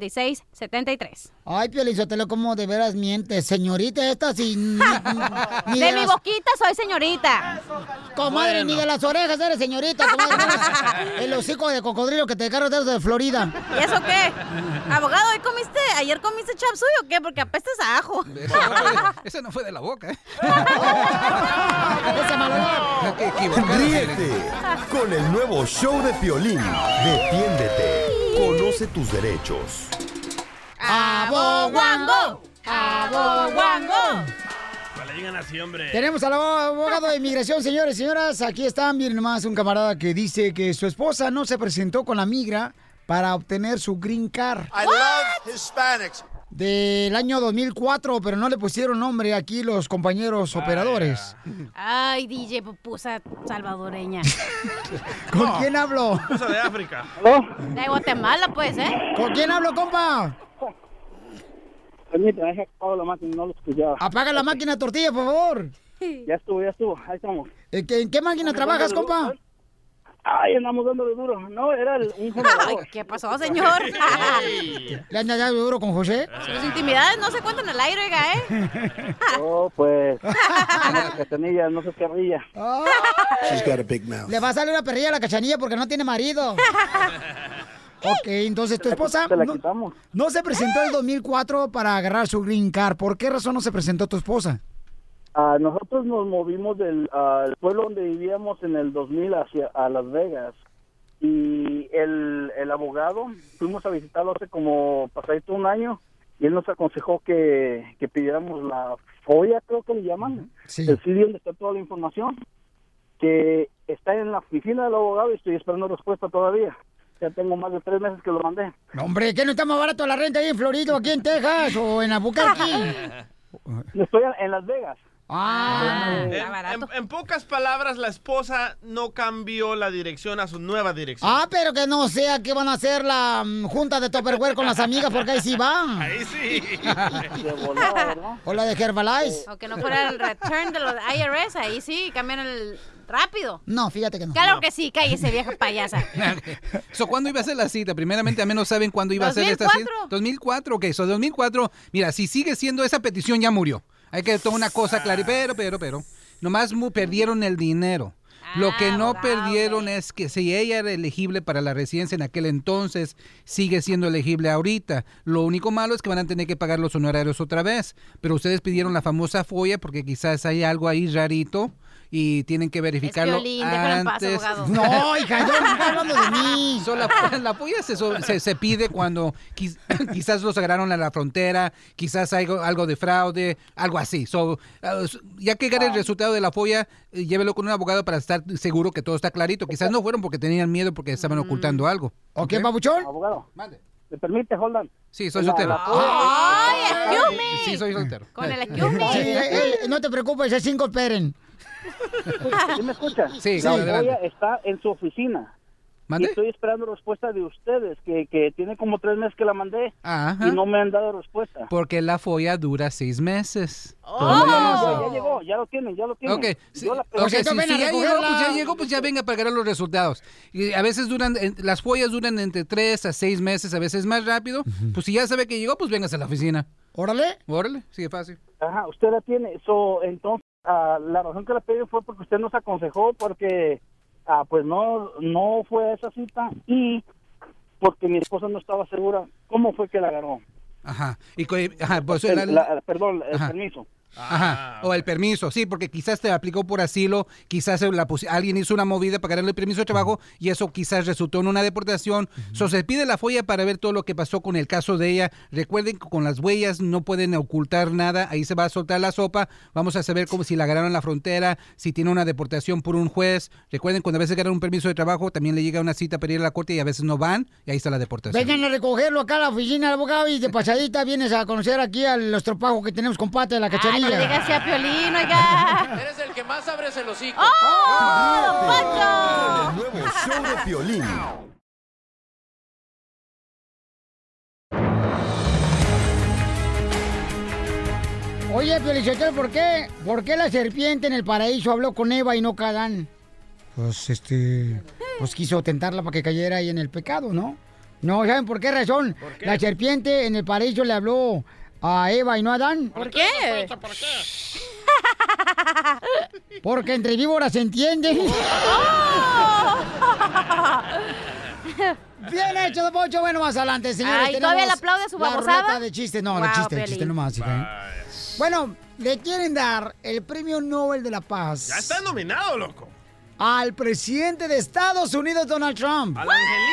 C: 855-570-5673.
B: Ay, Piolizotelo, ¿cómo de veras mientes? Señorita, esta sin... ni
C: De
B: de
C: mi
B: las-
C: boquita soy señorita.
B: Comadre, ni de las orejas eres señorita, comadre. El hocico de cocodrilo que te cargas desde Florida.
C: ¿Y eso qué? Abogado, ¿hoy comiste, ayer comiste chap suyo o qué? Porque apestas a ajo.
P: Esa no fue de la boca, ¿eh?
B: Esa malvada.
F: Ríete con el nuevo show de Piolín. Defiéndete. Conoce tus derechos.
C: Ah,
B: ¡Aboguango! ¡Aboguango!
D: Para le digan así, hombre.
B: Tenemos al abogado de inmigración, señores y señoras. Aquí están, miren nomás, un camarada que dice que su esposa no se presentó con la migra para obtener su green card
O: I love Hispanics.
B: del año 2004, pero no le pusieron nombre aquí los compañeros operadores.
C: Ay, DJ Pupusa salvadoreña.
B: ¿Con quién hablo?
D: Cosa de África.
C: De Guatemala, pues, ¿eh?
B: ¿Con quién hablo, compa?
Q: Permítame, deja la máquina, no lo escuchaba.
B: Apaga la máquina de tortilla, por favor.
Q: Ya estuvo, ya estuvo, ahí estamos.
B: ¿En qué, en qué máquina trabajas, compa?
Q: Ay, andamos dándole duro. No, era el- un generador.
C: ¿Qué pasó, señor?
B: ¿Le han dado duro con José?
C: Sus intimidades no se cuentan al aire, oiga, ¿eh?
Q: Oh, pues. una Cachanilla, no se carrilla.
L: She's got a big mouth.
B: Le va a salir la perrilla a la cachanilla porque no tiene marido. ok, entonces tu esposa
Q: Te la
B: no,
Q: quitamos.
B: no se presentó en 2004 para agarrar su green card. ¿Por qué razón no se presentó tu esposa?
Q: Ah, nosotros nos movimos del al pueblo donde vivíamos en el 2000 hacia a Las Vegas y el, el abogado fuimos a visitarlo hace como pasadito un año y él nos aconsejó que, que pidiéramos la FOIA, creo que le llaman, el sitio donde está toda la información, que está en la oficina del abogado y estoy esperando respuesta todavía. Ya tengo más de tres meses que lo mandé.
B: No, hombre, ¿qué no está más barato la renta ahí en Florida, o aquí en Texas o en Albuquerque?
Q: Estoy en Las Vegas.
B: Ah.
Q: Ah.
D: En, en- en pocas palabras, la esposa no cambió la dirección a su nueva dirección.
B: Ah, pero que no sea que van a hacer la mm, junta de Topperware con las amigas porque ahí sí van.
D: Ahí sí.
B: O la de Herbalife.
C: O que no fuera el return de los IRS, ahí sí, cambian el Rápido.
B: No, fíjate que no.
C: Claro que sí, cállese vieja payasa.
P: So, ¿Cuándo iba a ser la cita? Primeramente, al menos saben cuándo iba a ser esta cita. 2004, ok, so 2004. Mira, si sigue siendo esa petición, ya murió. Hay que tomar una cosa clara, pero, pero, pero. Nomás mu- perdieron el dinero. Lo que no perdieron es que si ella era elegible para la residencia en aquel entonces, sigue siendo elegible ahorita. Lo único malo es que van a tener que pagar los honorarios otra vez. Pero ustedes pidieron la famosa folla porque quizás hay algo ahí rarito y tienen que verificarlo
C: Piolín, déjalo en paz,
P: antes.
C: abogado.
B: No, hija, yo no estoy hablando de mí.
P: So, la, la polla se, so- se- se pide cuando quiz- quizás los agarraron a la frontera, quizás algo, algo de fraude, algo así. So, uh, so, ya que gane el resultado de la polla, eh, llévelo con un abogado para estar seguro que todo está clarito. Quizás no fueron porque tenían miedo, porque
C: Mm.
P: estaban ocultando algo.
B: ¿Ok, babuchón?
Q: Abogado, ¿me permite, Holland?
P: Sí, soy
Q: La-
P: soltero.
Q: la polla-
C: ¡Ay,
P: Sí,
C: excuse me!
P: Sí, soy soltero.
C: Con el
B: Sí,
C: excuse
B: eh, eh, no te preocupes, es cinco peren.
Q: ¿Sí me escuchan?
P: Sí,
Q: La
P: claro, adelante.
Q: polla está en su oficina.
P: ¿Mande?
Q: Y estoy esperando respuesta de ustedes, que, que tiene como tres meses que la mandé
P: Ajá.
Q: y no me han dado respuesta.
P: Porque la folla dura seis meses.
Q: Ya,
P: Todavía
Q: ya,
P: no
Q: ya
P: sé.
Q: llegó, ya lo tienen, ya lo tienen.
P: Ok, sí,
Q: Yo la-
P: ok, si, si ya llegó, pues ya llegó, pues ya venga para ganar los resultados. Y a veces duran, en- las follas duran entre 3 a 6 meses, a veces más rápido. Pues si ya sabe que llegó, pues véngase a la oficina.
B: Órale.
P: Órale, sigue fácil.
Q: Ajá, usted la tiene. So, entonces, ah, la razón que la pedí fue porque usted nos aconsejó, porque ah, pues no, no fue a esa cita y porque mi esposa no estaba segura cómo fue que la agarró.
P: Ajá. Y, co- ajá, pues,
Q: El-
P: la-
Q: la- perdón, el
P: Ajá.
Q: permiso.
P: Ajá, o el permiso, sí, porque quizás te aplicó por asilo, quizás se la pusi- alguien hizo una movida para ganarle el permiso de trabajo y eso quizás resultó en una deportación. So, se pide la folla para ver todo lo que pasó con el caso de ella. Recuerden que con las huellas no pueden ocultar nada, ahí se va a soltar la sopa. Vamos a saber cómo si la agarraron en la frontera, si tiene una deportación por un juez. Recuerden cuando a veces ganan un permiso de trabajo, también le llega una cita para ir a la corte y a veces no van y ahí está la deportación.
B: Vengan a recogerlo acá a la oficina del abogado y de pasadita vienes a conocer aquí a los tropajos que tenemos con pata de la cacharilla.
K: le digas así a
C: Piolín, oiga.
K: Eres el que más abres el hocico.
C: ¡Oh,
F: Con el nuevo show de Piolín.
B: Oye, Piolichotero, ¿por qué? ¿Por qué la serpiente en el paraíso habló con Eva y no con Adán? Pues este. Pues quiso tentarla para que cayera ahí en el pecado, ¿no? No, ¿saben por qué razón? La serpiente en el paraíso le habló a Eva y no a Adán.
C: ¿Por qué?
B: Porque entre víboras se entienden.
C: ¡Oh!
B: Bien hecho, Don Poncho. Bueno, más adelante, señores.
C: Ay, ¿todavía
B: tenemos
C: le aplaude a su
B: la
C: babosada?
B: ruleta de chistes. No, de
C: Wow,
B: chiste, de
C: Piolín.
B: chiste nomás, hija, ¿eh? Bueno, le quieren dar el premio Nobel de la Paz.
D: Ya está nominado, loco.
B: Al presidente de Estados Unidos, Donald Trump.
D: Al angelito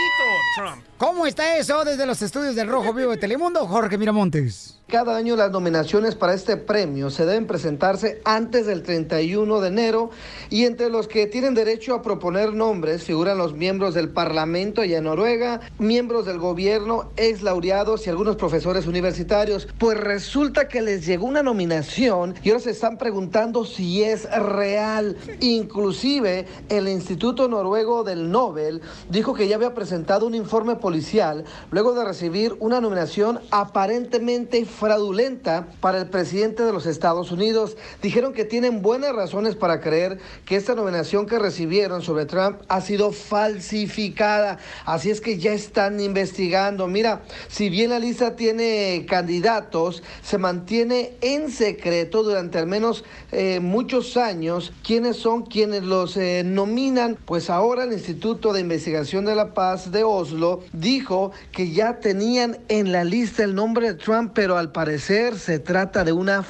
D: Trump.
B: ¿Cómo está eso desde los estudios del Rojo Vivo de Telemundo, Jorge Miramontes?
E: Cada año las nominaciones para este premio se deben presentarse antes del 31 de enero y entre los que tienen derecho a proponer nombres figuran los miembros del Parlamento allá en Noruega, miembros del gobierno, ex laureados y algunos profesores universitarios. Pues resulta que les llegó una nominación y ahora se están preguntando si es real. Inclusive el Instituto Noruego del Nobel dijo que ya había presentado un informe policial luego de recibir una nominación aparentemente fraudulenta para el presidente de los Estados Unidos. Dijeron que tienen buenas razones para creer que esta nominación que recibieron sobre Trump ha sido falsificada. Así es que ya están investigando. Mira, si bien la lista tiene candidatos, se mantiene en secreto durante al menos eh, muchos años quiénes son quienes los eh, nominan. Pues ahora el Instituto de Investigación de la Paz de Oslo dijo que ya tenían en la lista el nombre de Trump, pero al parecer se trata de una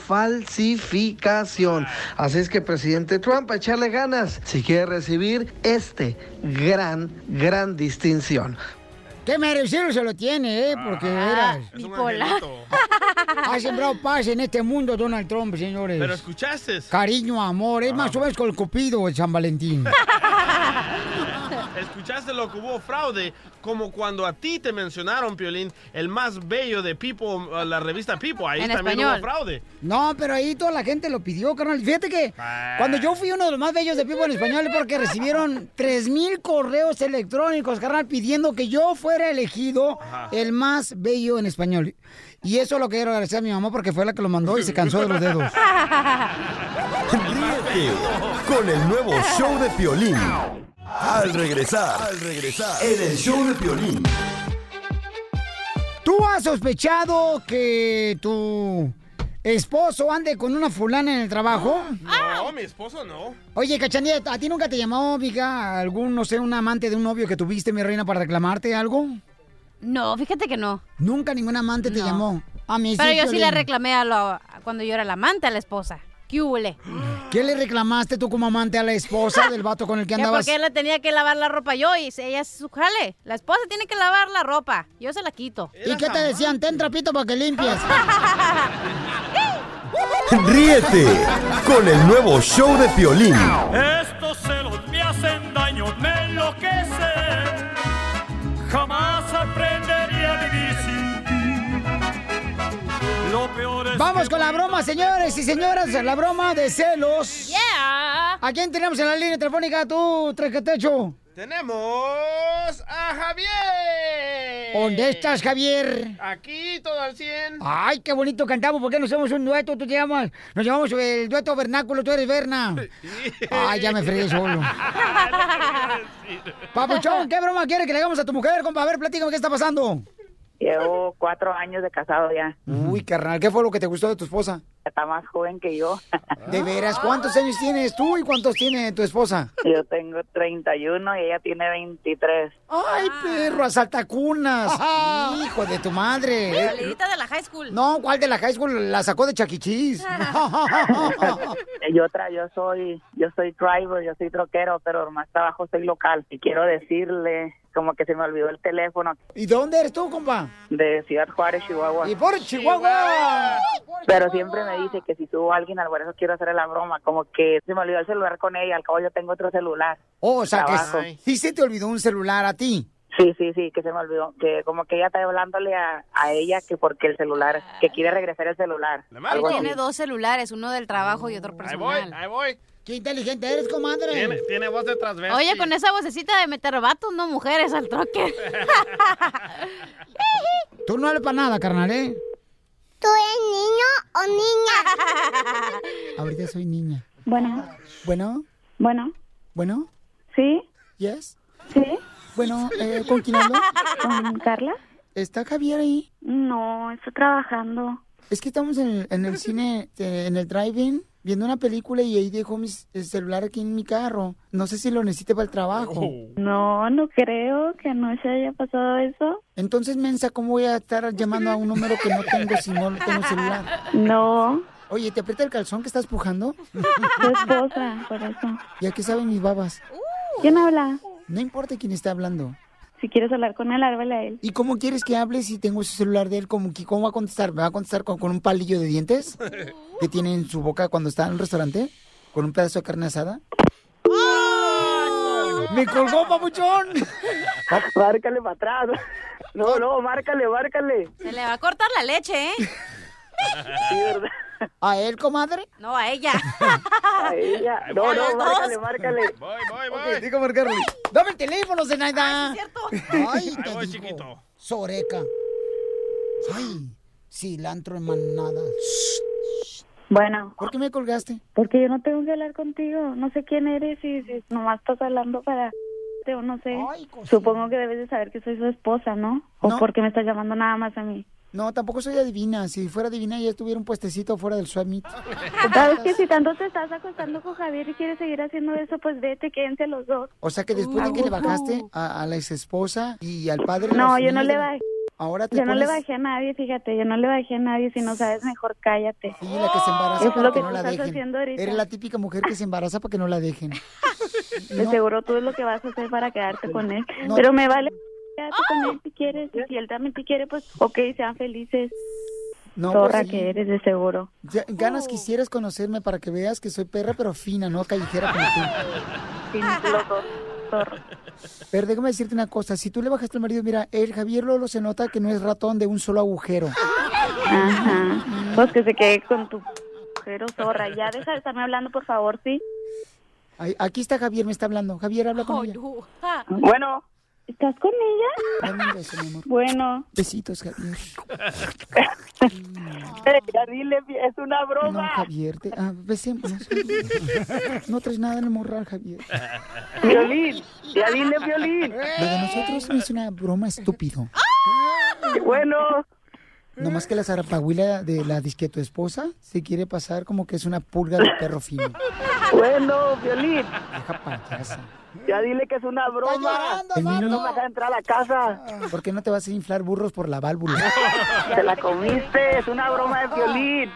E: falsificación. Así es que, presidente Trump, a echarle ganas si quiere recibir este gran, gran distinción.
B: Qué merecido se lo tiene, ¿eh? Porque
E: Ah,
B: eras.
E: es un Bipolar. angelito.
B: Ha sembrado paz en este mundo, Donald Trump, señores.
C: Pues.
D: Pero Ah, escuchaste.
B: Cariño, amor. Es más o menos con el Cupido, el San Valentín.
D: Escuchaste lo que hubo fraude, como cuando a ti te mencionaron, Piolín, el más bello de People, uh, la revista People. Ahí
B: En
D: también
B: español.
D: hubo fraude.
B: No, pero ahí toda la gente lo pidió, carnal. Fíjate que cuando yo fui uno de los más bellos de Pipo en español es porque recibieron 3.000 correos electrónicos, carnal, pidiendo que yo fuera elegido
I: Ajá.
B: el más bello en español. Y eso lo quiero agradecer a mi mamá porque fue la que lo mandó y se cansó de los dedos.
F: Ríete Ríete con el nuevo show de Piolín. Al regresar, al regresar, en el show de Piolín.
B: ¿Tú has sospechado que tu esposo ande con una fulana en el trabajo?
D: No,
C: Ah.
D: mi esposo no.
B: Oye, Cachanilla, ¿a ti nunca te llamó, Vika, algún, no sé, un amante de un novio que tuviste, mi reina, para reclamarte algo?
C: No, fíjate que no.
B: Nunca ningún amante te llamó. A mí
C: Pero yo sí le
B: Piolín.
C: reclamé a lo- cuando yo era la amante a la esposa. ¿Qué hubole?
B: ¿Qué le reclamaste tú como amante a la esposa del vato con el
C: Que
B: que andabas?
C: porque él le tenía que lavar la ropa yo y ella es su jale. La esposa tiene que lavar la ropa. Yo se la quito.
B: ¿Y qué te decían? Ten trapito para que limpies.
F: Ríete con el nuevo show de Piolín.
I: Estos celos me hacen daño, me enloquecen. Jamás aprendería a vivir sin ti. Lo peor es
B: Vamos
I: que
B: con la
I: voy
B: broma, señores y señoras, la broma de celos.
C: Yeah.
B: ¿A quién tenemos en la línea telefónica tú, Tresquetecho?
D: Tenemos a Javier.
B: ¿Dónde estás, Javier?
D: Aquí todo al 100.
B: Ay, qué bonito cantamos, ¿por qué no hacemos un dueto? Tú te llamas, nos llamamos el dueto vernáculo, tú eres Berna. Ay, ya me fregué solo. Papuchón, ¿qué broma quieres que le hagamos a tu mujer, compa? A ver, platícame qué está pasando.
R: Llevo cuatro años de casado ya.
B: Uy, carnal, ¿qué fue lo que te gustó de tu esposa?
R: Está más joven que yo.
B: De
R: Ah.
B: veras, ¿cuántos años tienes tú y cuántos tiene tu esposa?
R: Yo tengo 31 y ella tiene 23.
B: Ay,
R: Ah.
B: perro, asaltacunas. Hijo de tu
C: La
B: madre.
C: liguita de la high school.
B: No, ¿cuál de la high school la sacó de E. Chaquichis?
R: Yo tra yo soy yo soy driver, yo soy troquero, pero más trabajo soy local y quiero decirle como que se me olvidó el teléfono
B: ¿Y de dónde eres tú, compa?
R: de Ciudad Juárez, Chihuahua.
B: Y por Chihuahua.
R: Pero siempre me dice que si subo a alguien al eso quiero hacer la broma, como que se me olvidó el celular con ella, al cabo yo tengo otro celular.
B: Oh, o sea,
R: Trabajo.
B: que sí se te olvidó un celular a ti.
R: Sí, sí, sí, que se me olvidó, que como que ella está hablándole a, a ella que porque el celular, que quiere regresar el celular.
C: Él
R: algo así.
C: tiene dos celulares, uno del trabajo y otro personal.
D: Ahí voy.
B: Qué inteligente eres, comadre.
D: Tiene, tiene voz de transvesti.
C: Oye, con esa vocecita de meter vatos, no mujeres al troque.
B: Tú no hables para nada, carnal, ¿eh?
J: ¿Tú eres niño o niña?
B: Ahorita soy niña.
J: Bueno.
B: Bueno.
J: Bueno.
B: Bueno.
J: ¿Sí?
B: Yes.
J: ¿Sí?
B: Bueno, eh, ¿con quién hablo?
J: ¿Con Carla?
B: ¿Está Javier ahí?
J: No, está trabajando.
B: Es que estamos en, en el cine, eh, en el drive-in, viendo una película y ahí dejo mi c- el celular aquí en mi carro. No sé si lo necesite para el trabajo.
D: Oh.
J: No, no creo que no se haya pasado eso.
B: Entonces, mensa, ¿cómo voy a estar llamando a un número que no tengo si no tengo celular?
J: No.
B: Oye, ¿te aprieta el calzón que estás pujando?
J: Tu esposa, por eso. Uh.
B: ¿Y aquí saben mis babas?
J: ¿Quién habla?
B: No importa quién está hablando.
J: Si quieres hablar con él, háblale a él.
B: ¿Y cómo quieres que hable si tengo su celular de él? ¿Cómo, que- cómo va a contestar? ¿Me va a contestar con, con un palillo de dientes que tiene en su boca cuando está en un restaurante? ¿Con un pedazo de carne asada? ¡Me colgó, papuchón!
R: Márcale para atrás. No, no, márcale, márcale.
C: Se le va a cortar la leche, ¿eh?
B: ¿A él, comadre?
C: No, a ella.
R: A ella. No, no,
C: A los dos.
R: márcale, márcale.
D: Voy, voy, voy.
B: Ok, digo marcarle. ¡Dame el teléfono, Zenaida! cierto! ¡Ay, te
D: Ahí voy,
B: digo.
D: chiquito.
B: Soreca. ¡Ay! Cilantro en manada.
J: Bueno.
B: ¿Por qué me colgaste?
J: Porque yo no tengo que hablar contigo. No sé quién eres y, y nomás estás hablando para... O no sé. Supongo que debes de saber que soy su esposa, ¿no? ¿O
B: No.
J: porque me estás llamando nada más a mí?
B: No, tampoco soy adivina. Si fuera adivina, ya estuviera un puestecito fuera del swap meet.
J: ¿Sabes que si tanto te estás acostando con Javier y quieres seguir haciendo eso, pues vete, quédense los dos.
B: O sea que después de que le
J: Ujú.
B: bajaste a, a la ex esposa y al padre. de
J: No,
B: los
J: yo no
B: niños
J: le
B: de-
J: bajé.
B: Ahora te
J: Yo no le
B: pones-
J: bajé a nadie, fíjate, yo no le bajé a nadie, si no sabes mejor cállate.
B: Sí, la que se embaraza
J: Eso es
B: para
J: lo
B: que,
J: que
B: no
J: tú
B: la
J: estás
B: dejen.
J: haciendo ahorita.
B: Eres la típica mujer que se embaraza para que no la dejen.
J: De
B: No.
J: seguro tú es lo que vas a hacer para quedarte con él.
B: No.
J: Pero me vale, quédate con él si quieres, y si él también te quiere, pues ok, sean felices.
B: No,
J: Zorra
B: pues sí.
J: que eres, de seguro.
B: Ya- ganas quisieras conocerme para que veas que soy perra, pero fina, no callejera como tú. Pero déjame decirte una cosa, si tú le bajaste al marido, mira, el Javier Lolo se nota que no es ratón de un solo agujero.
J: Ajá. Pues que se quede con tu pero zorra. Ya deja de estarme hablando, por favor, ¿sí?
B: Ay, Aquí está Javier, me está hablando. Javier, habla con ella. Ah.
J: Bueno. ¿Estás con ella?
B: Dame un beso, mi amor.
J: Bueno.
B: Besitos, Javier.
G: Ya dile, es una broma.
B: Javier, te- ah, besemos. No traes nada en el morral, Javier.
G: Violín, ya dile, Violín.
B: Lo de nosotros no es una broma estúpido.
G: Bueno.
B: Nomás que la zarapahuila de la disque tu esposa se quiere pasar como que es una pulga de perro fino.
G: Bueno, Violín,
B: Deja payasa.
G: ya dile que es una broma. No vas a entrar a la casa.
B: ¿Por qué no te vas a inflar burros por la válvula?
G: Te la comiste, es una broma de Violín.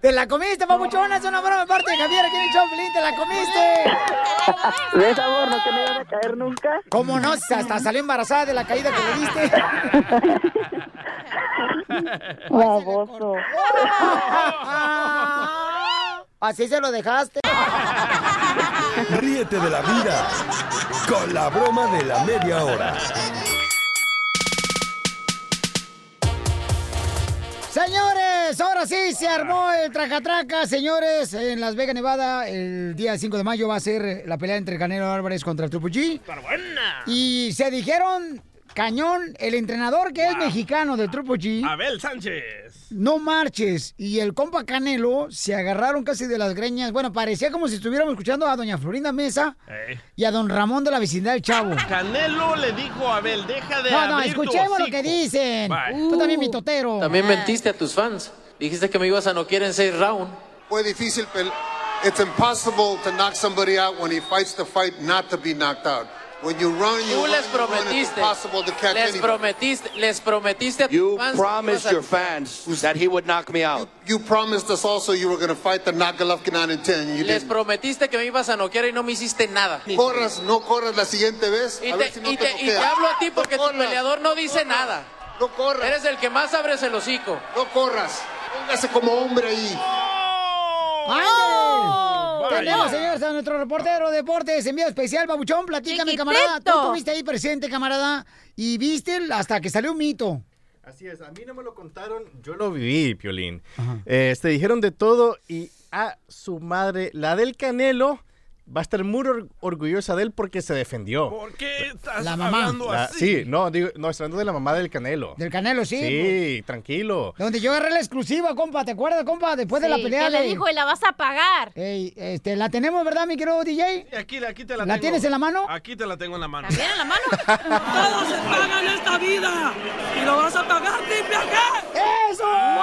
B: ¡Te la comiste, papuchona! ¡Es una broma de parte de Javier! ¡Aquí en el show, Piolín, ¡Te la comiste!
G: ¿Ves, amor? ¿No te me ibas a caer nunca?
B: ¿Cómo no? Si Hasta salió embarazada de la caída que le diste.
J: Baboso.
B: Así se lo dejaste.
F: Ríete de la vida con la broma de la media hora.
B: Señores, ahora sí se armó el tracatraca. Señores, en Las Vegas, Nevada, el día 5 de mayo va a ser la pelea entre Canelo Álvarez contra el Triple G. Y se dijeron, cañón, el entrenador que es mexicano del Triple G.
D: Abel Sánchez.
B: No marches. Y el compa Canelo se agarraron casi de las greñas. Bueno, parecía como si estuviéramos escuchando a doña Florinda Mesa
D: Ey.
B: y a don Ramón de la vecindad del Chavo.
D: Canelo Eh. le dijo a Abel, deja de
B: No, no,
D: abrir tu
B: escuchemos lo
D: hocico".
B: que dicen.
D: Bye.
B: Tú también, mi totero.
K: También mentiste a tus fans. Dijiste que me ibas a no quieren seis rounds.
O: Fue difícil, pero it's impossible to knock somebody out when he fights the fight not to be knocked out. When you run, you
K: Tú les
O: run, you run, it's
K: prometiste.
O: impossible to catch
K: Les
O: anybody.
K: prometiste, les prometiste a tus fans. que ibas a-
O: fans that he would knock me out. You, you promised us also you were going to fight the knock Golovkin out in 10, and you
K: Les
O: didn't.
K: prometiste que me ibas a noquear y no me hiciste nada.
O: Corras, no corras la siguiente vez,
K: Y
O: a
K: te,
O: ver si no
K: y
O: te,
K: te- y te
O: noquean.
K: hablo a ti porque tu peleador no dice nada.
O: No corras.
K: Eres el que más abres el hocico.
O: No corras. Póngase como hombre ahí.
B: ¡Ándale!
O: Vaya.
B: Tenemos, señores, a nuestro reportero de deportes, envío especial, Babuchón, platícame,
D: Chiquitito.
B: camarada. Tú estuviste ahí presente, camarada, y viste el- hasta que salió un mito.
S: Así es, a mí no me lo contaron. Yo lo viví, Piolín. Eh, te dijeron de todo y a su madre, la del Canelo, va a estar muy or- orgullosa de él porque se defendió.
D: ¿Por qué estás
S: La mamá.
D: hablando
S: La-
D: así?
S: sí, no, digo, no, estoy hablando de la mamá del Canelo.
B: Del Canelo, sí.
S: Sí, tranquilo.
B: Donde yo agarré la exclusiva, compa, ¿te acuerdas, compa? Después de la
C: Sí,
B: pelea.
C: que le
B: de-
C: dijo y la vas a pagar.
B: Ey, este, la tenemos, ¿verdad, mi querido DJ?
D: Aquí, aquí te la,
B: ¿La
D: tengo.
B: tienes en la mano?
D: Aquí te la tengo en la mano.
C: en la mano?
I: Todo se paga en esta vida. Y lo vas a pagar, triple G.
B: ¡Eso!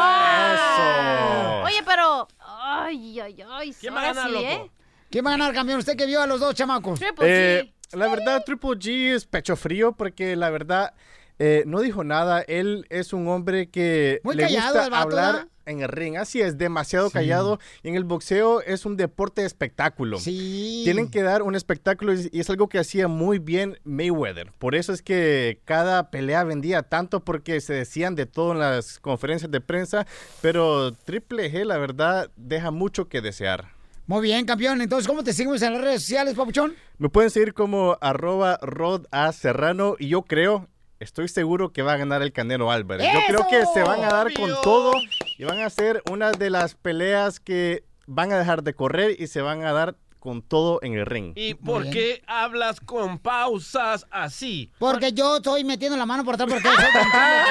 I: ¡Eso!
C: Oye, pero. Ay, ay, ay.
I: ¿Quién
C: ahora
I: va a ganar,
C: sí,
I: loco?
C: ¿eh?
B: ¿Quién va a ganar, campeón? Usted que vio a los dos chamacos.
C: pues,
S: Eh, la verdad, Triple G es pecho frío porque la verdad eh, no dijo nada. Él es un hombre que
B: Muy
S: le
B: callado
S: gusta
B: el vato,
S: hablar
B: ¿verdad?
S: en el ring. Así es, demasiado callado. Y en el boxeo es un deporte de espectáculo. Tienen que dar un espectáculo y y es algo que hacía muy bien Mayweather. Por eso es que cada pelea vendía tanto porque se decían de todo en las conferencias de prensa. Pero Triple G, la verdad, deja mucho que desear.
B: Muy bien, campeón. Entonces, ¿cómo te seguimos en las redes sociales, Papuchón?
S: Me pueden seguir como arroba Rod A. Serrano y yo creo, estoy seguro que va a ganar el Canelo Álvarez. Yo creo que se van a dar con todo y van a ser una de las peleas que van a dejar de correr y se van a dar con todo en el ring.
D: ¿Y por qué hablas con pausas así?
B: Porque yo estoy metiendo la mano por atrás porque soy tan tímido.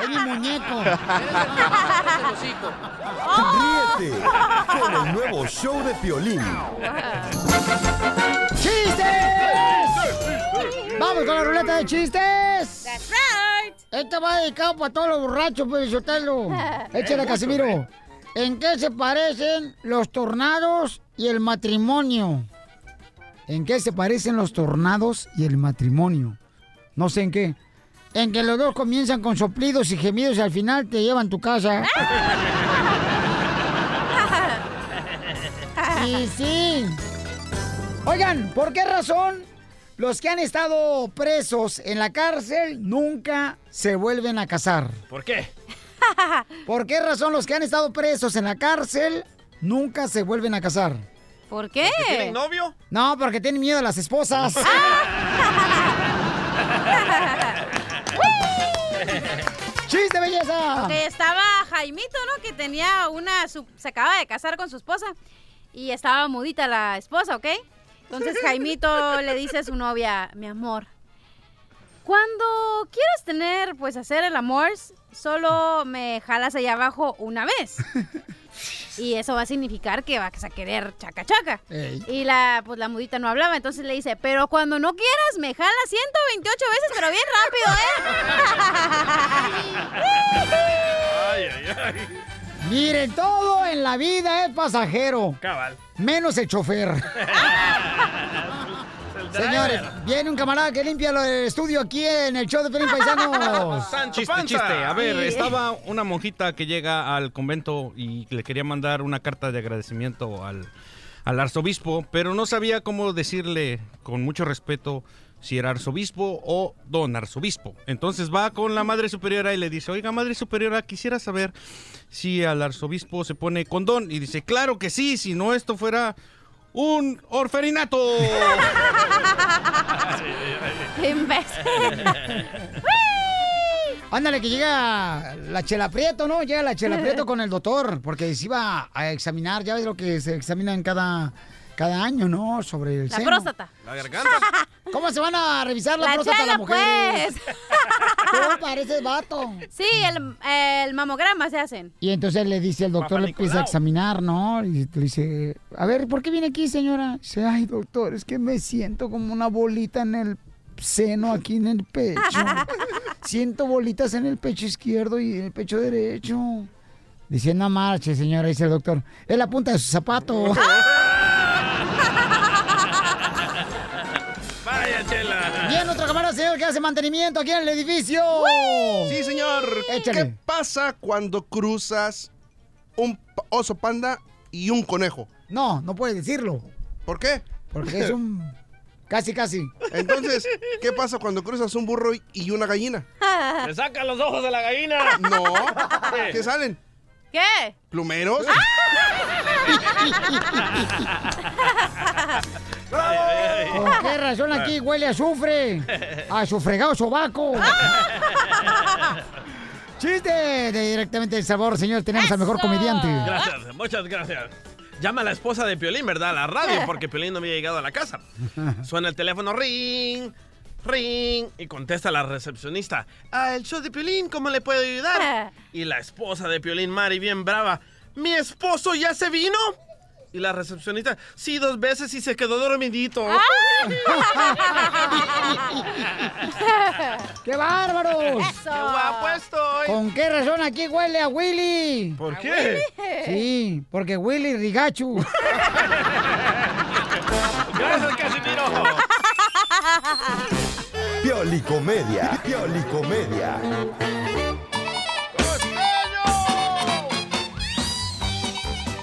B: Es mi muñeco.
I: Oh.
F: Ríete con el nuevo show de Piolín.
B: ¡Chistes! ¡Vamos con la ruleta de chistes!
C: That's right.
B: Este va dedicado para todos los borrachos, pues, Pelizotelo. Échale,
I: Eh,
B: Casimiro. ¿En qué se parecen los tornados y el matrimonio? ¿En qué se parecen los tornados y el matrimonio? No sé en qué. En que los dos comienzan con soplidos y gemidos y al final te llevan tu casa. Y sí. Oigan, ¿por qué razón los que han estado presos en la cárcel nunca se vuelven a casar?
D: ¿Por qué?
B: ¿Por qué razón los que han estado presos en la cárcel nunca se vuelven a casar?
C: ¿Por qué?
D: ¿Tienen novio?
B: No, porque tienen miedo a las esposas. ¡Chiste, belleza!
C: Ok, estaba Jaimito, ¿no? Que tenía una. su- se acaba de casar con su esposa. Y estaba mudita la esposa, ¿ok? Entonces Jaimito le dice a su novia: Mi amor, Cuando quieres tener, pues hacer el amor, solo me jalas allá abajo una vez. Y eso va a significar que vas a querer chaca chaca. Y la, pues la mudita no hablaba, entonces le dice, pero cuando no quieras, me jalas 128 veces, pero bien ¿eh?". rápido, ¿eh?
D: Ay, ay, ay.
B: Miren, todo en la vida es pasajero.
D: Cabal.
B: Menos el chofer. Señores, viene un camarada que limpia lo- el estudio aquí en el show de Pelín Paisanos.
T: Chiste, chiste. A ver, estaba una monjita que llega al convento y le quería mandar una carta de agradecimiento al, al arzobispo, pero no sabía cómo decirle con mucho respeto si era arzobispo o don arzobispo. Entonces va con la madre superiora y le dice, oiga, madre superiora, quisiera saber si al arzobispo se pone con don. Y dice, claro que sí, si no esto fuera un orferinato.
B: Ándale, que llega la Chela Prieto, ¿no? Llega la Chela Prieto con el doctor, porque se iba a examinar, ya ves lo que se examina en cada, cada año, ¿no? Sobre el
C: La
B: seno.
C: próstata.
T: La garganta.
B: ¿Cómo se van a revisar la,
C: La
B: próstata de
C: chela, pues.
B: las mujeres? Tú pareces vato.
C: Sí, el, el mamograma se hacen.
B: Y entonces le dice el doctor, le empieza a
C: Papanicolau.
B: examinar, ¿no? Y le dice, a ver, ¿por qué viene aquí, señora? Dice, ay, doctor, es que me siento como una bolita en el seno, aquí en el pecho. Siento bolitas en el pecho izquierdo y en el pecho derecho. Dice, no marche, señora, dice el doctor. Es la punta de su zapato.
D: Vaya, chela.
B: Bien, otro camarada, señor, que hace mantenimiento aquí en el edificio.
U: Sí, señor.
B: Échale.
U: ¿Qué pasa cuando cruzas un p- oso panda y un conejo?
B: No, no puedes decirlo.
U: ¿Por qué?
B: Porque es un... Casi, casi.
U: Entonces, ¿qué pasa cuando cruzas un burro y una gallina?
D: Le sacan los ojos de la gallina.
U: No. ¿Qué salen?
C: ¿Qué?
U: ¿Plumeros?
B: ¿Con qué razón aquí huele a azufre? A su fregado sobaco.
C: ¡Ah!
B: Chiste de directamente de El Salvador, señor. Tenemos al mejor comediante.
D: Gracias, muchas gracias. Llama a la esposa de Piolín, ¿verdad? A la radio, porque Piolín no había llegado a la casa. Suena el teléfono, ring, ring, y contesta la recepcionista. Ah, el show de Piolín, ¿cómo le puedo ayudar? Y la esposa de Piolín, Mari, bien brava. ¿Mi esposo ya se vino? Y la recepcionista, sí, dos veces y se quedó dormidito.
B: ¡Qué bárbaros!
D: ¡Qué guapo estoy!
B: ¿Con qué razón aquí huele a Willy?
D: ¿Por ¿A qué? Willy?
B: Sí, porque Willy Rigachu.
D: Gracias, Casimiro.
F: Piolicomedia. Piolicomedia.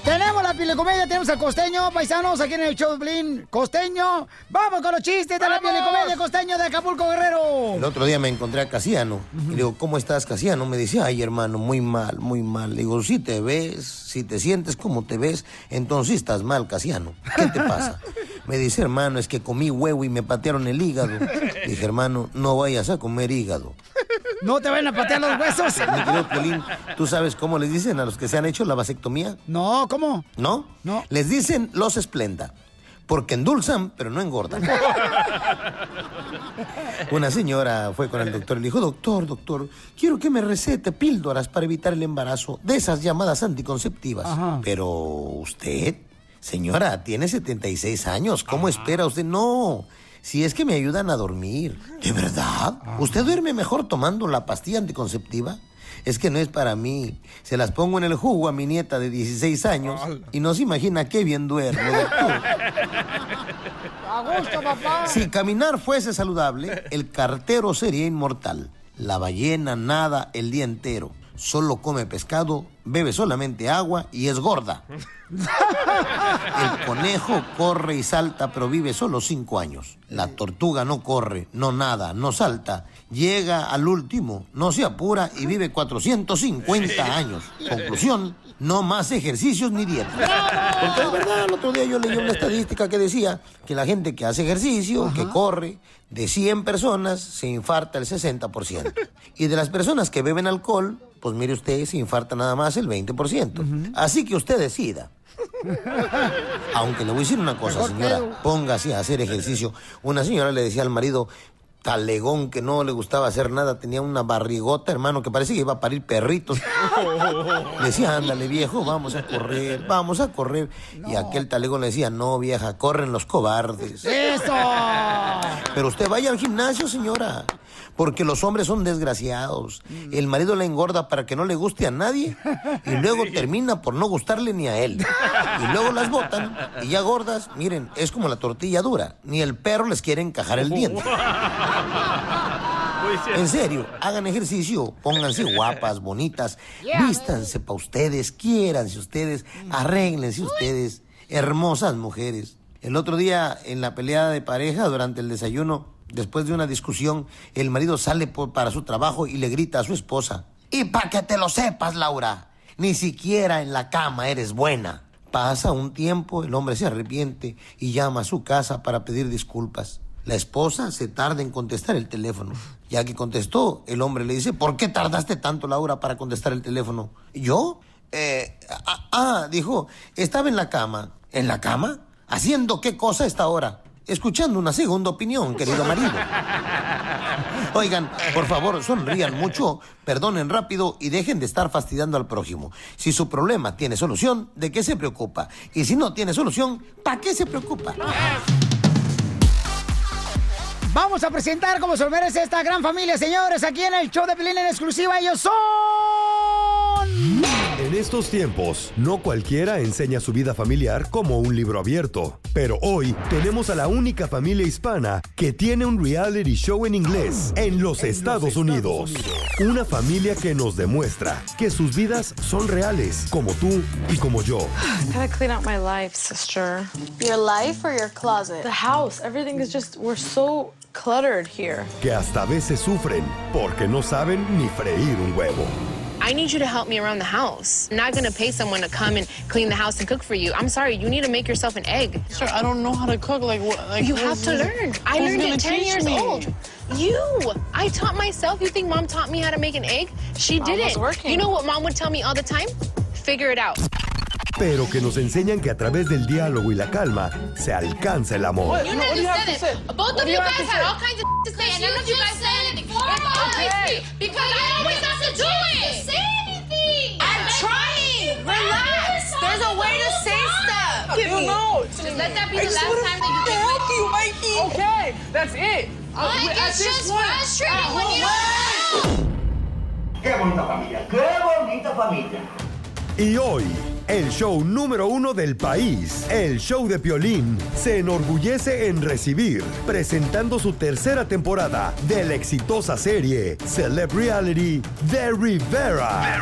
B: tenemos la pilecomedia, tenemos al costeño, paisanos, aquí en el show de Blin. Costeño, vamos con los chistes de la pilecomedia, costeño de Acapulco Guerrero.
V: El otro día me encontré a Casiano. Y le digo, ¿cómo estás, Casiano? Me decía, ay, hermano, muy mal, muy mal. Le digo, si te ves, si te sientes como te ves, entonces estás mal, Casiano. ¿Qué te pasa? Me dice, hermano, es que comí huevo y me patearon el hígado. Le dije, hermano, no vayas a comer hígado.
B: No te van a patear los huesos.
V: Mi querido Piolín, ¿tú sabes cómo les dicen a los que se han hecho la vasectomía?
B: No, ¿cómo?
V: ¿No? No. Les dicen los esplenda. Porque endulzan, pero no engordan. Una señora fue con el doctor y le dijo, doctor, doctor, quiero que me recete píldoras para evitar el embarazo de esas llamadas anticonceptivas. Pero usted, señora, tiene 76 años, ¿cómo espera usted? No, si es que me ayudan a dormir. ¿De verdad?
B: Ah.
V: ¿Usted duerme mejor tomando la pastilla anticonceptiva? Es que no es para mí. Se las pongo en el jugo a mi nieta de 16 años y no se imagina qué bien duermo.
B: A gusto, papá.
V: Si caminar fuese saludable, el cartero sería inmortal. La ballena nada el día entero. Solo come pescado, bebe solamente agua y es gorda. El conejo corre y salta, pero vive solo cinco años. La tortuga no corre, no nada, no salta. Llega al último, no se apura y vive 450 años. Conclusión, no más ejercicios ni dieta. Porque es verdad, el otro día yo leí una estadística que decía que la gente que hace ejercicio, que corre, de 100 personas se infarta el 60%. Y de las personas que beben alcohol, pues mire usted, se infarta nada más el 20%. Así que usted decida. Aunque le voy a decir una cosa, señora. Póngase a hacer ejercicio. Una señora le decía al marido, talegón que no le gustaba hacer nada, tenía una barrigota, hermano, que parecía que iba a parir perritos. Le decía, ándale viejo, vamos a correr, vamos a correr. Y aquel talegón le decía, no vieja, corren los cobardes.
B: ¡Eso!
V: Pero usted vaya al gimnasio, señora. Porque los hombres son desgraciados. El marido la engorda para que no le guste a nadie y luego termina por no gustarle ni a él. Y luego las botan y ya gordas, miren, es como la tortilla dura. Ni el perro les quiere encajar
I: Uh,
V: el diente. En serio, hagan ejercicio, pónganse guapas, bonitas, vístanse para ustedes, quiéranse ustedes, arréglense ustedes, hermosas mujeres. El otro día, en la pelea de pareja, durante el desayuno, después de una discusión, el marido sale por- para su trabajo y le grita a su esposa. Y para que te lo sepas, Laura, ni siquiera en la cama eres buena. Pasa un tiempo, el hombre se arrepiente y llama a su casa para pedir disculpas. La esposa se tarda en contestar el teléfono. Ya que contestó, el hombre le dice, ¿por qué tardaste tanto, Laura, para contestar el teléfono? ¿Yo? Eh, ah, ah, dijo, estaba en la cama. ¿En la cama? ¿Haciendo qué cosa a esta hora? Escuchando una segunda opinión, querido marido. Oigan, por favor, sonrían mucho, perdonen rápido y dejen de estar fastidiando al prójimo. Si su problema tiene solución, ¿de qué se preocupa? Y si no tiene solución, ¿para qué se preocupa?
B: Vamos a presentar como se lo merece esta gran familia, señores, aquí en el show de Pelín en exclusiva. Ellos son...
F: En estos tiempos, no cualquiera enseña su vida familiar como un libro abierto. Pero hoy tenemos a la única familia hispana que tiene un reality show en inglés en los, Estados, Unidos. Una familia que nos demuestra que sus vidas son reales, como tú y como yo.
A: I gotta clean out my life, sister. Your life or your closet? The house. Everything is just, we're so cluttered here.
F: Que hasta a veces sufren porque no saben ni freír un huevo.
A: I need you to help me around the house. I'm not gonna pay someone to come and clean the house and cook for you. I'm sorry, you need to make yourself an egg. Sure, I don't know how to cook. Like, what? like, you have who's- to learn. I who's learned gonna at 10 teach years me? old. You! I taught myself. You think mom taught me how to make an egg? She Mom did was it. working. You know what mom would tell me all the time? Figure it out.
F: Pero que nos enseñan que a través del diálogo y la calma se alcanza el amor.
A: You know, do you have said to it. say? Both What of do you you have guys to had say? all kinds of to say, and none of you guys said anything. It's always us. me because I always have to do it. Say anything. I'm trying. Relax. There's a way to say stuff. Give me. Just let that be the last time that you think. help you, Mikey. Okay, that's it. Like, it's just frustrating when you
H: Qué bonita familia, qué bonita familia.
F: Y hoy, el show número uno del país, el show de Piolín, se enorgullece en recibir, presentando su tercera temporada de la exitosa serie Celeb Reality The Rivera.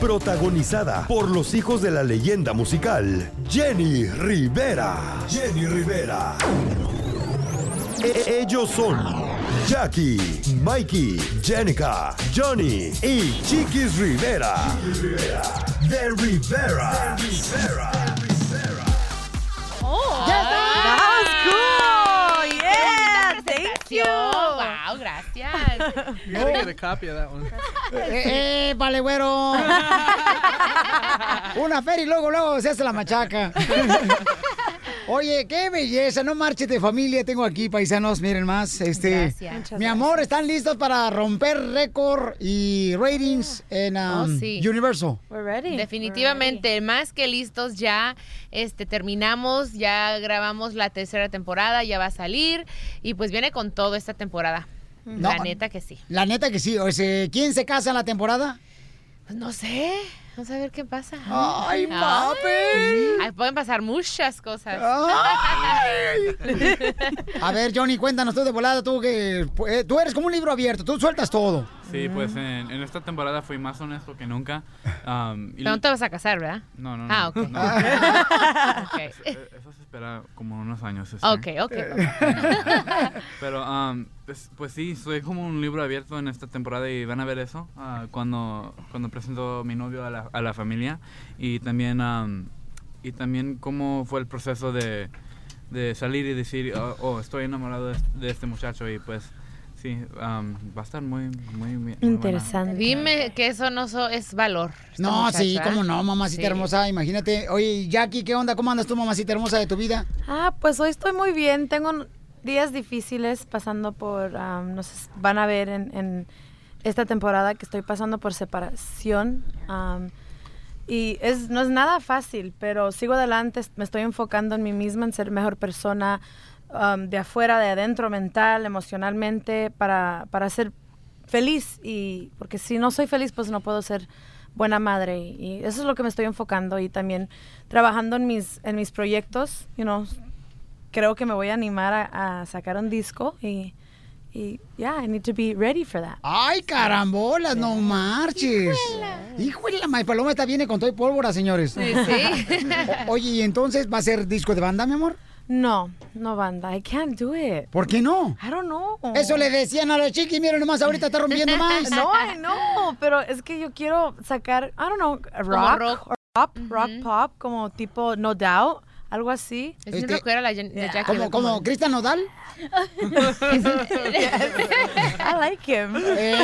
F: Protagonizada por los hijos de la leyenda musical, Jenny Rivera. Jenny Rivera. E- Ellos son Jackie, Mikey, Jenica, Johnny y Chiquis Rivera. De Rivera.
C: ¡Oh!
I: Ya está.
C: ¡That was cool!
I: Qué
C: ¡Yeah!
I: bonita
C: ¡Thank you!
I: presentación. Wow,
C: gracias!
P: You gotta get a copy of that one.
B: Eh, eh, vale, güero. Una feria y luego, luego se hace la machaca. Oye, qué belleza, no marches de familia, tengo aquí, paisanos, miren más. Este,
C: Gracias. Muchas
B: mi amor, ¿están listos para romper récord y ratings en
C: Oh,
A: Oh,
B: um,
W: sí.
B: Universo?
W: Definitivamente, más que listos ya, este terminamos, ya grabamos la tercera temporada, ya va a salir y pues viene con todo esta temporada.
B: No.
W: La neta que sí.
B: La neta que sí, o sea, ¿quién se casa en la temporada?
W: Pues no sé, vamos a ver qué pasa.
B: Ay,
W: papi. Ahí pueden pasar muchas cosas.
B: A ver, Johnny, cuéntanos tú de volada, tú que eh, tú eres como un libro abierto, tú sueltas todo.
X: Sí, pues en, en esta temporada fui más honesto que nunca. am, y-
W: Pero no te vas a casar, ¿verdad?
X: No, no, no.
W: Ah, ok.
X: no.
W: Ok.
B: Eh,
X: Eso, Eh, eso se espera como unos años. este.
W: Ok, ok.
X: Pero, am, pues, pues sí, soy como un libro abierto en esta temporada y van a ver eso ah, cuando, cuando presento a mi novio a la, a la familia y también, am, y también cómo fue el proceso de, de salir y decir, oh, oh, estoy enamorado de, de este muchacho y pues sí, am, va a estar muy, muy, muy buena.
W: Dime que eso no so- es valor. esta
B: No, sí,
W: muchacha.
M: ¿eh?
B: cómo no, mamacita
W: Sí.
B: hermosa, imagínate. Oye, Jackie, ¿qué onda? ¿Cómo andas tú, mamacita hermosa de tu vida?
A: Ah, pues hoy estoy muy bien. Tengo
M: días difíciles pasando por, um, no sé, van a ver en, en esta temporada que estoy pasando por separación. um, y es, no es nada fácil, pero sigo adelante, es- me estoy enfocando en mí misma, en ser mejor persona, um, de afuera, de adentro, mental, emocionalmente, para, para ser feliz. Y porque si no soy feliz, pues no puedo ser buena madre. Y eso es lo que me estoy enfocando y también trabajando en mis, en mis proyectos, you know, creo que me voy a animar a, a sacar un disco y, y yeah, I need to be ready for that.
B: ¡Ay, carambolas! ¡No marches! Hijo de la madre, Paloma está viene con todo y pólvora, señores.
M: Sí, sí.
B: O- Oye, ¿y entonces va a ser disco de banda, mi amor?
M: No, no banda, I can't do it.
B: ¿Por qué no?
M: I don't know.
B: Eso le decían a los chiquis, miren nomás, ahorita está rompiendo más.
M: No, I know, pero es que yo quiero sacar, I don't know, rock,
W: rock.
M: or pop, rock pop, como tipo No Doubt, algo así.
W: Es bien Este, rockera la Jen- de Jackie ¿Cómo-
M: ¿Como
W: cómo, Beckham.
B: Cristian Nodal?
M: I like
B: Eh,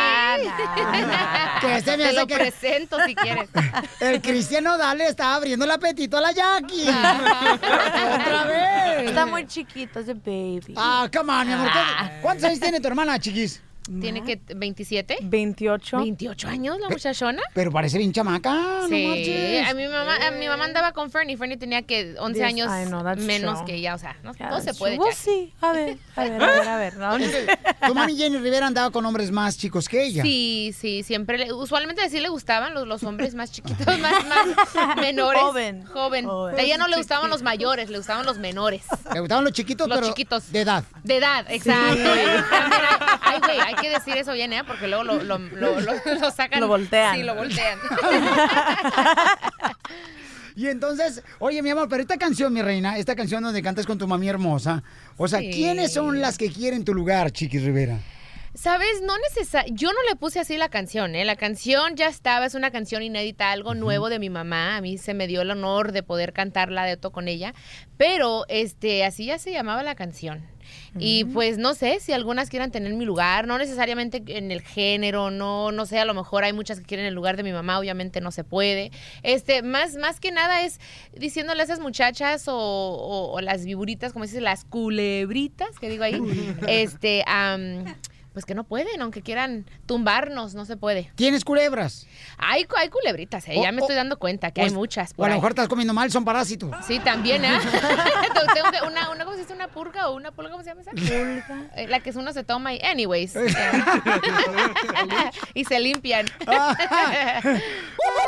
M: him.
B: ah, Que se me
W: Te
B: hace
W: lo
B: que-
W: presento si quieres.
B: El Cristiano Dale está abriendo el apetito a la Jackie. Otra vez.
M: Está muy chiquito, es de baby. Ah.
B: Ah, come on, mi amor. ¿cu- ¿Cuántos años tiene tu hermana, chiquis?
W: Ah. ¿Tiene que 27?
M: 28.
W: ¿28 años la muchachona?
B: Eh, Pero parece bien chamaca, no
W: Sí,
B: marches.
W: a mi mamá, a mi mamá andaba con Fernie. Fernie tenía que 11
M: Diez-
W: años
M: I know, that's
W: menos
M: true.
W: que ella, o sea, no,
M: Yeah,
W: no se
M: that's
W: puede.
M: true. We'll
W: Jackie.
M: see. A ver, a ver, a ver, a ver. no, no.
B: Tu mami Jenny Rivera andaba con hombres más chicos que ella.
W: Sí, sí, siempre. le- usualmente sí le gustaban los, los hombres más chiquitos, más, más menores.
M: Joven.
W: Joven.
M: Joven.
W: A ella no le gustaban los mayores, le gustaban los menores.
B: Le gustaban los chiquitos,
W: Los
B: pero de edad.
W: De edad, exacto. También hay- Ay, güey, hay que decir eso bien, ¿eh? Porque luego lo, lo, lo- lo- lo sacan.
M: Lo voltean.
W: Sí, lo voltean.
B: Y entonces, oye, mi amor, pero esta canción, mi reina, esta canción donde cantas con tu mami hermosa, o sea,
W: Sí.
B: ¿quiénes son las que quieren tu lugar, Chiquis Rivera?
W: Sabes, no necesar, yo no le puse así la canción, ¿eh? La canción ya estaba, es una canción inédita, algo nuevo de mi mamá. A mí se me dio el honor de poder cantarla de to con ella, pero este, así ya se llamaba la canción. Y pues no sé si algunas quieran tener mi lugar, no necesariamente en el género, no, no sé, a lo mejor hay muchas que quieren el lugar de mi mamá, obviamente no se puede. Este, más, más que nada es diciéndole a esas muchachas o, o- o las viburitas, como dices, las culebritas que digo ahí, este, am, pues que no pueden, aunque quieran tumbarnos, no se puede.
B: ¿Tienes culebras?
W: Hay, cu- hay culebritas, eh,
B: O-
W: ya me
B: o-
W: estoy dando cuenta que
B: o
W: hay
B: es-
W: muchas.
B: O
W: por
B: a lo
W: ahí.
B: mejor estás comiendo mal, son parásitos.
W: Sí, también, ¿eh? Te- Tengo que una, una, ¿cómo se dice? Una purga o una pulga, ¿cómo se llama esa? Pulga. La que uno se toma y, anyways. y se limpian.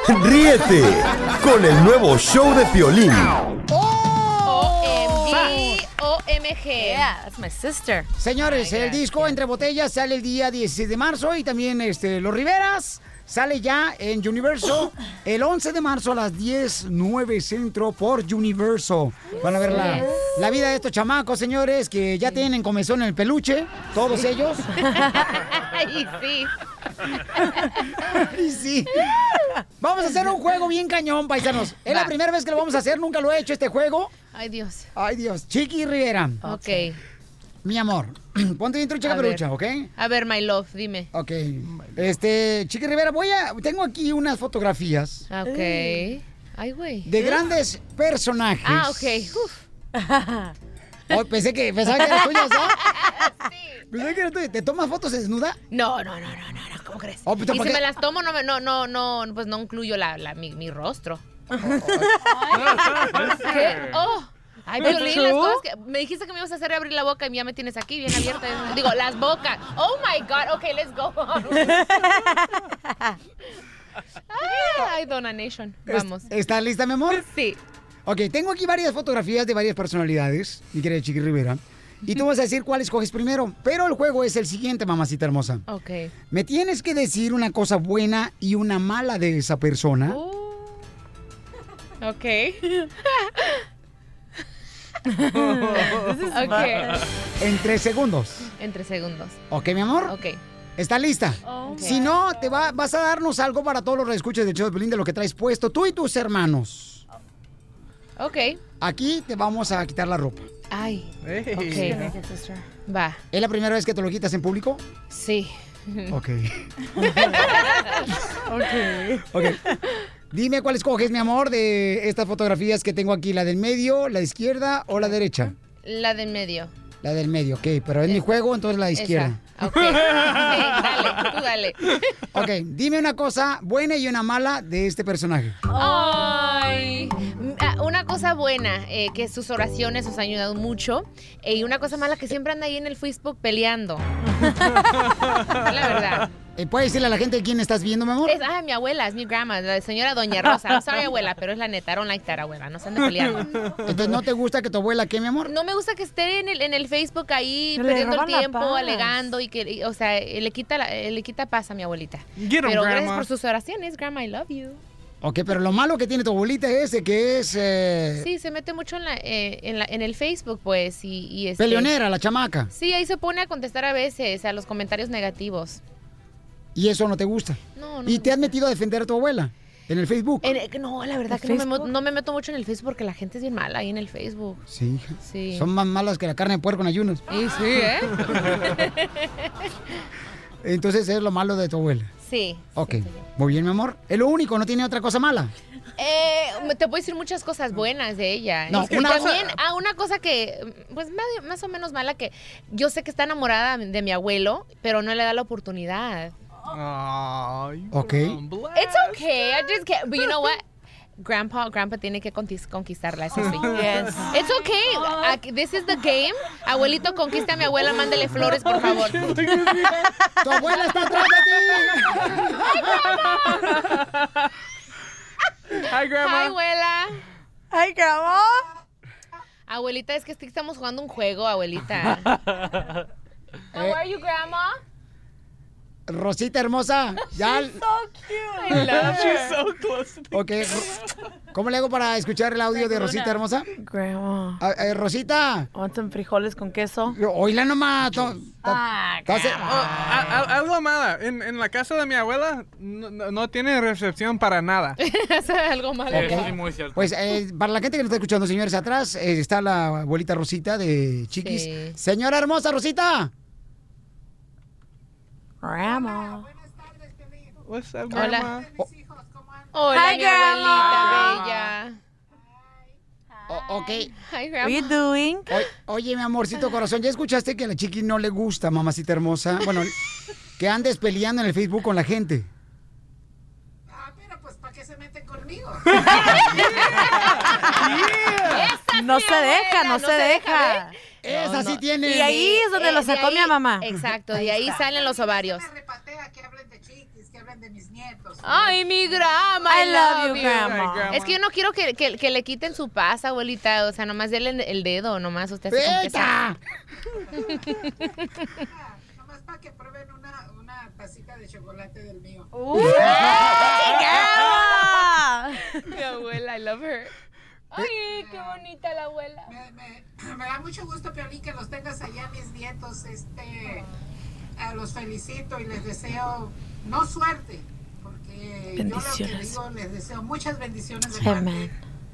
F: Ríete con el nuevo show de Piolín.
B: Oh.
W: OMG, OMG.
M: Yeah, that's my sister.
B: Señores, el disco Entre Botellas sale el día 16 de marzo y también este, Los Riveras sale ya en Universo el 11 de marzo a las 10, 9 centro por Universo. Van a ver la, la vida de estos chamacos, señores, que ya tienen comezón en el peluche, todos ellos.
W: Ay, sí.
B: Y sí. Vamos a hacer un juego bien cañón, paisanos. Es la
W: Va.
B: primera vez que lo vamos a hacer, nunca lo he hecho este juego.
W: Ay, Dios.
B: Ay, Dios. Chiqui Rivera.
W: Ok.
B: Mi amor, ponte bien trucha
W: A ver.
B: caperucha, ¿ok?
W: A ver, my love, dime.
B: Ok. Este, Chiqui Rivera, voy a. Tengo aquí unas fotografías
W: Ok. Ay, güey.
B: de grandes personajes.
W: Ah, ok. Uf.
B: Oh, pensé que pensaba que eran tuyas, ¿no? Pensé que eran tuyas. ¿Te tomas fotos desnuda?
W: No, no, no, no, no, no. ¿Cómo crees?
B: Oh, pues,
W: y
B: ¿por
W: si
B: qué?
W: me las tomo, no, me- no, no, no, pues no incluyo la, la- mi, mi rostro. ¿Qué? Oh. Ay,
M: ¿Es
W: Piolín, las
M: true?
W: cosas que... Me dijiste que me ibas a hacer abrir la boca y ya me tienes aquí bien abierta. Digo, las bocas. Oh, my God. Ok, let's go. Ay, Dona Nation. Vamos.
B: ¿Est- ¿Estás lista, mi amor?
W: Sí.
B: Ok, tengo aquí varias fotografías de varias personalidades, mi querida Chiqui Rivera. Y tú vas a decir cuál escoges primero. Pero el juego es el siguiente, mamacita hermosa.
W: Ok.
B: Me tienes que decir una cosa buena y una mala de esa persona.
W: Oh. Ok.
B: fun. En tres segundos.
W: Entre segundos.
B: ¿Ok, mi amor?
W: Ok.
B: ¿Está lista?
W: Oh, my
B: si no, te va, vas a darnos algo para todos los reescuches del show de Pelín de lo que traes puesto tú y tus hermanos.
W: Ok.
B: Aquí te vamos a quitar la ropa.
W: Ay.
M: Hey.
W: Ok. Va.
B: ¿Es la primera vez que te lo quitas en público?
W: Sí.
B: Ok.
M: Okay.
B: Ok. Dime cuál escoges, mi amor, de estas fotografías que tengo aquí, la del medio, la de izquierda o la derecha.
W: La del medio.
B: La del medio, ok, pero es mi juego, entonces la de izquierda.
W: Eh, Esa. Ok. Ok, dale, tú dale.
B: Ok, dime una cosa buena y una mala de este personaje.
W: Ay. Ah, Una cosa buena, eh, que sus oraciones nos han ayudado mucho. eh, y una cosa mala, que siempre anda ahí en el Facebook peleando. La verdad.
B: Eh, ¿Puedes decirle a la gente quién estás viendo, mi amor?
W: Es, ah, mi abuela, es mi grandma, la señora Doña Rosa. I'm sorry, abuela, pero es la neta, I don't like that, abuela. No se ande peleando.
B: Entonces, ¿no te gusta que tu abuela qué, mi amor?
W: No me gusta que esté en el, en el Facebook ahí
B: Le
W: perdiendo el
B: roban la
W: tiempo,
B: paz.
W: alegando y que, y, o sea, eh, le quita, la- eh, le quita paz a mi abuelita.
B: Get 'em,
W: Pero gracias
B: grandma.
W: por sus oraciones, grandma, I love you.
B: Ok, pero lo malo que tiene tu abuelita es eh, que es... eh,
W: Sí, se mete mucho en, la, eh, en, la- en el Facebook, pues, y, y este-
B: Peleonera, la chamaca.
W: Sí, ahí se pone a contestar a veces a los comentarios negativos.
B: Y eso no te gusta.
W: No, Eh, no
B: ¿Y te has metido a defender a tu abuela en el Facebook?
W: En el- no, la verdad que no me, mo- no me meto mucho en el Facebook porque la gente es bien mala ahí en el Facebook.
B: Sí, hija.
W: Sí.
B: Son más malas que la carne de puerco en ayunas.
W: Sí, sí, ¿eh?
B: Entonces es lo malo de tu abuela.
W: Sí.
B: Ok, muy bien, mi amor. Es lo único, no tiene otra cosa mala.
W: Eh, me- te puedo decir muchas cosas buenas de ella.
B: No,
W: Este,
B: una cosa-
W: también, ah, una cosa que, pues medio- más o menos mala, que yo sé que está enamorada de mi abuelo, pero no le da la oportunidad.
B: Ok.
W: It's okay. I just can't. But you know what? Grandpa, grandpa tiene que contis- conquistarla, eso sí.
A: Yes.
W: It's okay. Ac- This is the game. Abuelito, conquista a mi abuela, mándale flores, por favor.
B: ¡Tu abuela está atrás de
A: ti!
W: Hi,
A: grandma.
W: Hi, abuela. Hi, grandma. Abuelita, es que estoy- estamos jugando un juego, abuelita. How are you, grandma?
B: Eh, Rosita hermosa, ya.
W: I love
A: She's
W: her.
A: so close.
B: Ok. Ro- ¿Cómo le hago para escuchar el audio de Rosita hermosa? Ah, eh, Rosita.
M: ¿Cuántos frijoles con queso?
B: Oíla nomás.
M: Ah,
W: Ah.
E: Oh, A- a- algo mala. En, en la casa de mi abuela no, no- no tiene recepción para nada.
W: Eso es algo malo.
E: Sí, muy cierto.
B: Pues eh, para la gente que nos está escuchando, señores, atrás eh, está la abuelita Rosita de Chiquis.
W: Sí.
B: Señora hermosa Rosita.
M: Grandma.
E: What's up,
W: Hola.
E: grandma?
W: Hola,
M: Hi,
W: mi
M: grandma.
W: abuelita
B: O- ok.
W: bella. Hi, grandma.
B: doing? oye, mi amorcito corazón, ¿ya escuchaste que a la chiqui no le gusta, mamacita hermosa? Bueno, que andes peleando en el Facebook con la gente.
M: No se deja, no, se, deja.
W: Esa
M: sí tiene. Y ahí es donde lo sacó mi mamá.
W: eh, Exacto, de ahí
M: está.
W: salen los ovarios. Ay, mi grandma.
M: I
W: I
M: love
W: love
M: you,
W: you,
M: grandma. Ay, grandma.
W: Es que yo no quiero que, que- que le quiten su paz, abuelita. O sea, nomás denle el- el dedo, nomás usted se como que se-
N: Nomás para que prueben una, una tacita de chocolate del mío.
W: Mi abuela, I love her. Ay, qué bonita la abuela.
N: Me, me- me da mucho gusto, Piolín, que los tengas allá, mis nietos. Este, a los felicito y les deseo, no suerte, porque yo lo que
M: Bendiciones.
N: digo, les deseo muchas bendiciones de parte
M: Amén.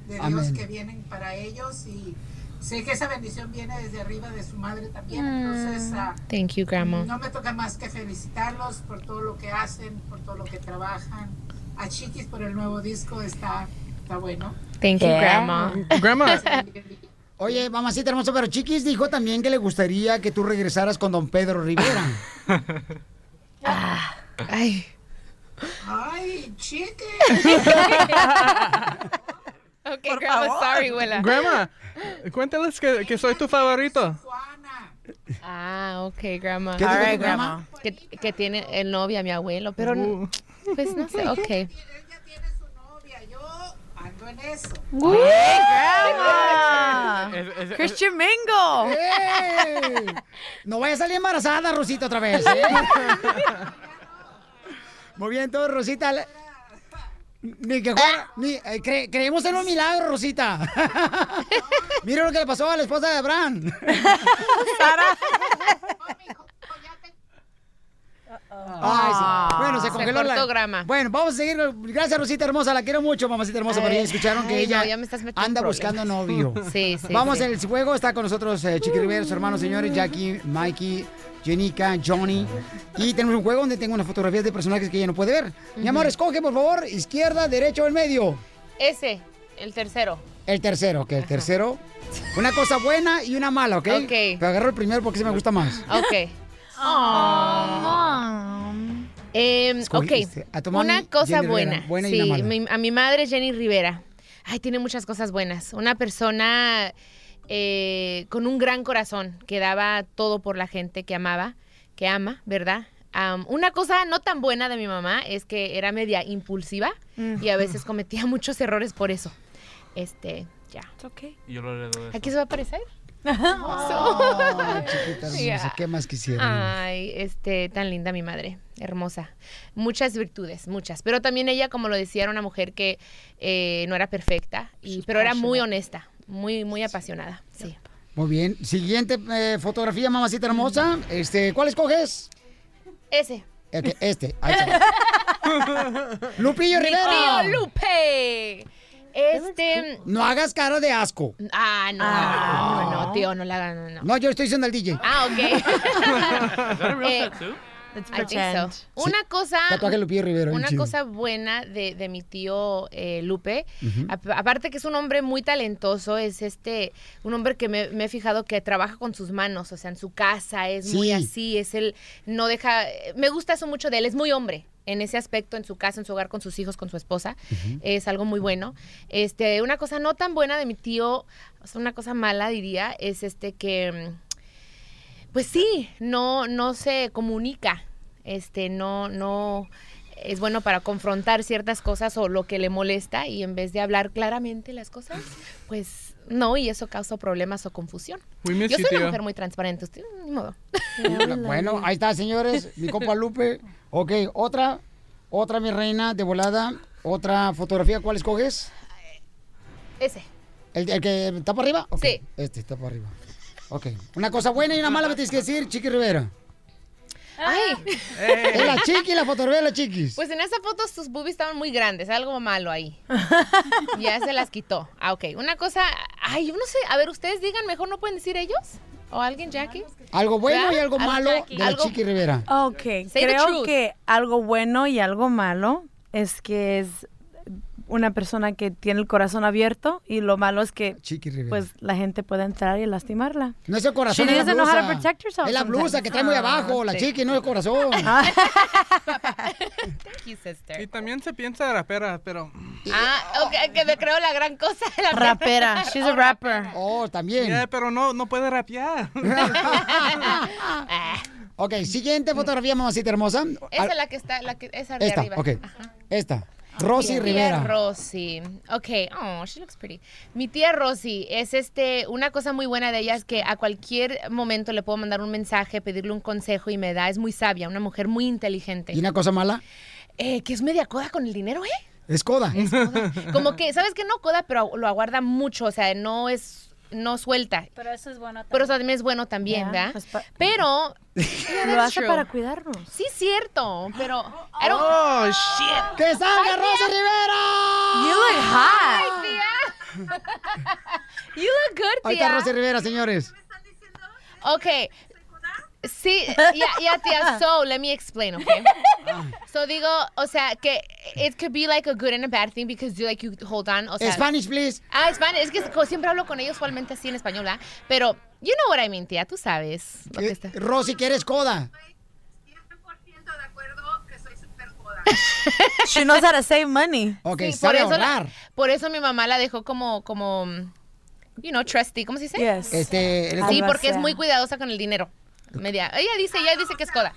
N: de Dios
M: Amén.
N: que vienen para ellos y sé que esa bendición viene desde arriba de su madre también.
W: Mm.
N: Entonces, ah,
W: Thank you, grandma.
N: No me toca más que felicitarlos por todo lo que hacen, por todo lo que trabajan. A Chiquis por el nuevo disco está, está bueno.
W: Thank you,
N: Yeah.
W: grandma.
E: Grandma.
B: Oye, mamacita hermosa, pero Chiquis dijo también que le gustaría que tú regresaras con don Pedro Rivera.
W: Ay.
N: Ay, Chiquis.
W: Okay, grandma, sorry, abuela.
E: Grandma, cuéntales que, que soy tu favorito.
W: Ah, ok, grandma.
E: ¿Qué dijo Alright, tu grandma?
W: Que, que tiene el novia, mi abuelo, pero n- pues no sé, ok.
N: Ando en eso.
W: Uy,
M: grandma.
N: Es- es-
M: Christian Mingo.
B: ¡Ey! No vaya a salir embarazada, Rosita, otra vez. ¿eh? Muy bien, entonces, Rosita. la- Ni que fuera- ni- eh, cre- creemos en un milagro, Rosita. Mira lo que le pasó a la esposa de Abraham.
W: Ah,
B: Ay, sí. Bueno, se congeló la,
W: programa.
B: Bueno, vamos a seguir. Gracias, Rosita Hermosa. La quiero mucho, mamacita hermosa. Por ahí
W: Ay,
B: escucharon que
W: Eh, ay,
B: ella
W: no, ya me estás metiendo
B: anda
W: en
B: buscando novio.
W: problemas. Sí, sí,
B: Vamos
W: sí.
B: en el juego. Está con nosotros eh, Chiqui Rivera, su hermano, señores. Jackie, Mikey, Jenica, Johnny. Y tenemos un juego donde tengo unas fotografías de personajes que ella no puede ver. Mi amor, escoge, por favor, izquierda, derecha o el medio.
W: Ese, el tercero.
B: El tercero, ok, el tercero. Una cosa buena y una mala, ¿ok?
W: Ok.
B: Pero agarro el primero porque se me gusta más.
W: Ok. Em, ok,
B: Escogiste. este. A tu mami,
W: una cosa
B: Jenny Rivera,
W: buena.
B: buena y
W: sí,
B: una mala.
W: mi- a mi madre Jenny Rivera. Ay, tiene muchas cosas buenas. Una persona eh, con un gran corazón que daba todo por la gente que amaba, que ama, ¿verdad? Am, una cosa no tan buena de mi mamá es que era media impulsiva y a
B: Mm.
W: veces cometía muchos errores por eso. Este, ya.
X: Yo lo heredo de
W: Aquí se va a aparecer.
B: Chiquita hermosa,
W: Ya.
B: ¿Qué más quisiera?
W: Ay, este, tan linda mi madre, hermosa. Muchas virtudes, muchas. Pero también ella, como lo decía, era una mujer que eh, no era perfecta, y, pero era muy honesta, muy, muy apasionada. Sí.
B: Muy bien. Siguiente eh, fotografía, mamacita hermosa. Este, ¿cuál escoges?
W: Ese.
B: Este, este. ahí está. Lupillo
W: Mi
B: Rivera.
W: tío Lupe. Este.
B: No hagas cara de asco.
W: Ah, no, no, no, tío, no la hagan. No.
B: No, yo estoy diciendo al DJ.
W: Ah, ok. Eh, I think
B: pretend.
W: so. Una
B: Sí.
W: cosa.
B: Tatuaje Lupillo Rivera, bien
W: Una
B: chido.
W: cosa buena de, de mi tío eh, Lupe.
B: Ujú.
W: ap- Aparte que es un hombre muy talentoso, es este, un hombre que me, me he fijado que trabaja con sus manos, o sea, en su casa, es muy
G: Sí.
W: así, es el, no deja, me gusta eso mucho de él, es muy hombre. En ese aspecto, en su casa, en su hogar, con sus hijos, con su esposa,
G: Ujú.
W: es algo muy bueno. Este, una cosa no tan buena de mi tío, o sea, una cosa mala diría, es este que mm, pues sí, no, no se comunica, este, no, no es bueno para confrontar ciertas cosas o lo que le molesta y en vez de hablar claramente las cosas, pues no, y eso causa problemas o confusión.
E: We
W: Yo
E: miss
W: soy
E: you,
W: una
E: tío.
W: mujer muy transparente, usted, mm, ni modo.
B: Bueno, ahí está, señores. Mi compa Lupe. Ok, otra. Otra, mi reina, de volada. Otra fotografía, ¿cuál escoges?
W: Ese.
B: ¿El, el que está para arriba? Ok,
W: Sí.
B: Este está para arriba. Ok. Una cosa buena y una mala me tienes que decir, Chiqui Rivera.
W: Ay.
B: Es la chiqui, la fotografía de la chiquis.
W: Pues en esa foto sus boobies estaban muy grandes, algo malo ahí. ya se las quitó. Ah, ok. Una cosa, ay, yo no sé, a ver, ustedes digan, mejor no pueden decir ellos o alguien, Jackie.
B: Algo bueno y
W: ¿Verdad?
B: algo malo de la
W: Algo-
B: Chiqui Rivera.
M: Ok,
W: the
M: creo
W: truth.
M: que algo bueno y algo malo es que es una persona que tiene el corazón abierto y lo malo es que
B: Chiqui Rivera.
M: pues la gente puede entrar y lastimarla.
B: No es el corazón,
M: She
B: es
M: doesn't
B: la
M: know how to
B: blusa.
M: protect herself
B: Es la
M: sometimes.
B: blusa que trae muy
M: Ah,
B: abajo, la
M: sí.
B: chiqui, no el corazón.
E: Y también se piensa de rapera, pero...
W: Ah, ok, que me creo la gran cosa. La
E: she's a
M: rapper.
B: Oh, también.
E: Yeah, pero no, no puede rapear.
B: ok, siguiente fotografía, mamacita hermosa.
W: Esa
B: Al-
W: es la que está, la que, esa de
B: Esta,
W: arriba.
B: Ah. ok. Esta.
W: Mi
B: Rosy
W: tía
B: Rivera.
W: Rosy. Ok. Oh, she looks pretty. Mi tía Rosy es este, una cosa muy buena de ella es que a cualquier momento le puedo mandar un mensaje, pedirle un consejo y me da. Es muy sabia, una mujer muy inteligente.
B: ¿Y una cosa mala?
W: Eh, que es media coda con el dinero, ¿eh?
B: Es coda.
W: Como que, ¿sabes que No coda, pero lo aguarda mucho. O sea, no es, no suelta.
Q: Pero eso es bueno
W: Pero eso también es bueno también,
Q: Ya,
W: ¿verdad? pero...
M: pues, Lo hace para cuidarnos.
W: Sí, cierto, pero... I don't-
E: Oh, shit.
B: ¡Que salga
W: Ay,
B: Rosy
W: tía.
B: Rivera!
M: You look
W: Ay,
M: hot.
W: tía. you look good, tía.
B: Ahí está Rosy Rivera, señores.
W: Okay. Sí, yeah, yeah, tía. So, let me explain, okay? So, digo, o sea, que it could be like a good and a bad thing because you like you hold on, o sea.
B: Spanish, please.
W: Ah, Spanish. Es que co- siempre hablo con ellos usualmente así en español, ¿verdad? Pero, you know what I mean, tía. Tú sabes. lo que está-
B: Eh, Rosy, que eres coda.
M: She knows how to save money.
B: Ok,
W: Sí, la- por eso mi mamá la dejó como, como, you know, trustee, ¿cómo se dice?
B: Este, eres
W: sí,
B: como-
W: porque es muy cuidadosa con el dinero. Media. Ella dice, ella dice que es coda.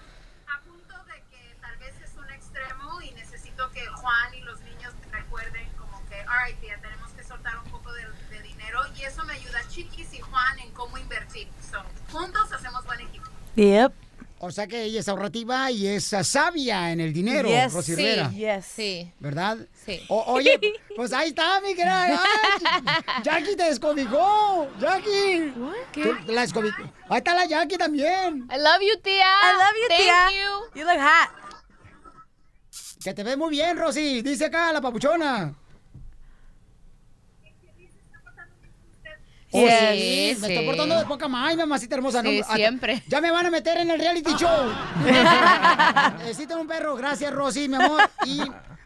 N: extremo y necesito que Juan y los niños te recuerden como que, all right, tía, tenemos que soltar un poco de, de dinero y eso me ayuda a Chiquis y Juan en cómo invertir. So, juntos hacemos buen equipo.
M: Yep.
B: O sea que ella es ahorrativa y es ah, sabia en el dinero,
M: Yes.
B: Rosy
M: Sí.
B: Rivera.
W: Sí.
B: ¿Verdad?
W: Sí.
B: O- oye, pues ahí está, mi querida. Ay, Jackie te descobijó. Jackie.
W: ¿Qué?
B: Tú La descobijó. Ahí está la Jackie también.
W: I love you, tía.
M: I love you,
W: Thank
M: tía.
W: you.
M: You look hot.
B: Que te ve muy bien, Rosy. Dice acá la papuchona. Oh, sí,
A: Yes.
B: me
A: Sí.
B: estoy portando de poca madre, mamacita hermosa.
A: Sí,
B: Ah,
A: siempre.
B: Ya me van a meter en el reality show. Necesito un perro. Gracias, Rosy, mi amor. Y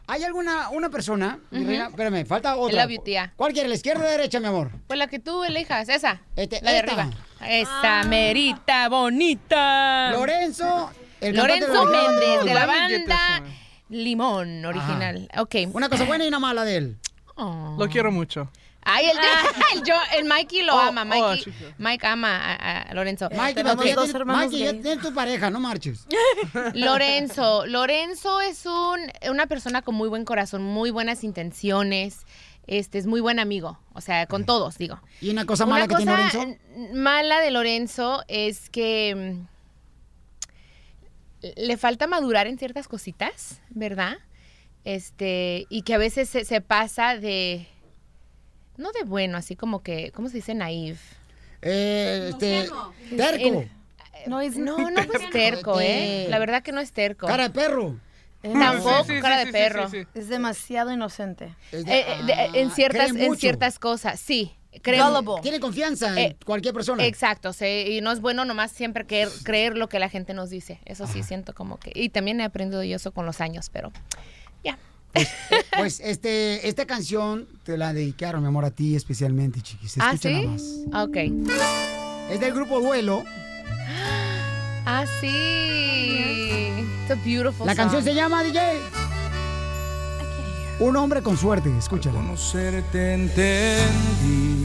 B: hay alguna una persona, mi
W: Ujú.
B: reina, espérame, falta otra. pues.
W: la beautía.
B: ¿Cuál quiere, la izquierda o la derecha, mi amor?
W: Pues la que tú elijas, esa. la de
B: Este, esta.
W: arriba.
N: Ah.
W: Esta merita bonita.
B: Lorenzo, el cantante de
W: Lorenzo
B: la banda de
W: Méndez, de la
B: Limón. Limón.
W: banda Limón original. Ok. Oh.
B: Una cosa buena y una mala de él.
E: Lo quiero mucho.
W: Ay, el, el, yo, el Mikey lo
E: Oh,
W: ama.
E: oh,
W: Mikey,
E: chica.
W: Mike ama a, a Lorenzo.
B: Eh, Mikey,
W: Ok.
B: mamá, ya tiene- Mikey, ya tiene tu pareja, no marches.
W: Lorenzo. Lorenzo es un, una persona con muy buen corazón, muy buenas intenciones. Este es muy buen amigo. O sea, con todos, digo.
B: ¿Y una cosa mala que tiene
W: cosa
B: Lorenzo?
W: n- mala de Lorenzo es que mm, le falta madurar en ciertas cositas, ¿verdad? Este, y que a veces se, se pasa de. No de bueno, así como que. ¿Cómo se dice naive?
B: Eh, este, terco.
W: no, es, no, no es terco, ¿eh?
M: Eh,
W: La verdad que no es terco.
M: cara de
B: perro.
W: Tampoco, cara de perro.
M: Es demasiado inocente.
W: Eh, eh, de- eh, en
B: ah,
W: ciertas en ciertas cosas, sí. creen- eh,
M: Gullible.
B: Tiene confianza en cualquier persona.
W: Exacto, se- y no es bueno nomás siempre creer, creer lo que la gente nos dice. Eso sí siento como que y también he aprendido yo eso con los años, pero
B: Pues este, esta canción te la dedicaron, mi amor, a ti especialmente, chiquis.
W: Ah,
B: Escúchala
W: ¿sí?
B: más.
W: ok.
B: Es del grupo Duelo.
W: Ah, sí. It's a beautiful
B: La canción
W: song.
B: se llama DJ. Un hombre con suerte, escúchala.
G: Conocerte entendí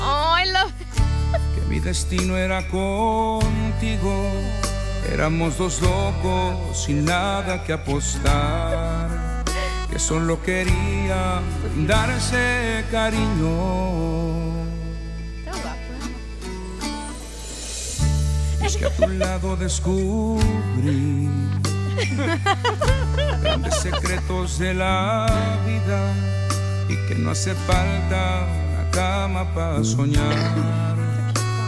W: Oh, I love
G: que mi destino era contigo. Éramos dos locos sin nada que apostar. Que solo quería darse cariño. Es que a tu lado descubrí grandes secretos de la vida y que no hace falta una cama para soñar.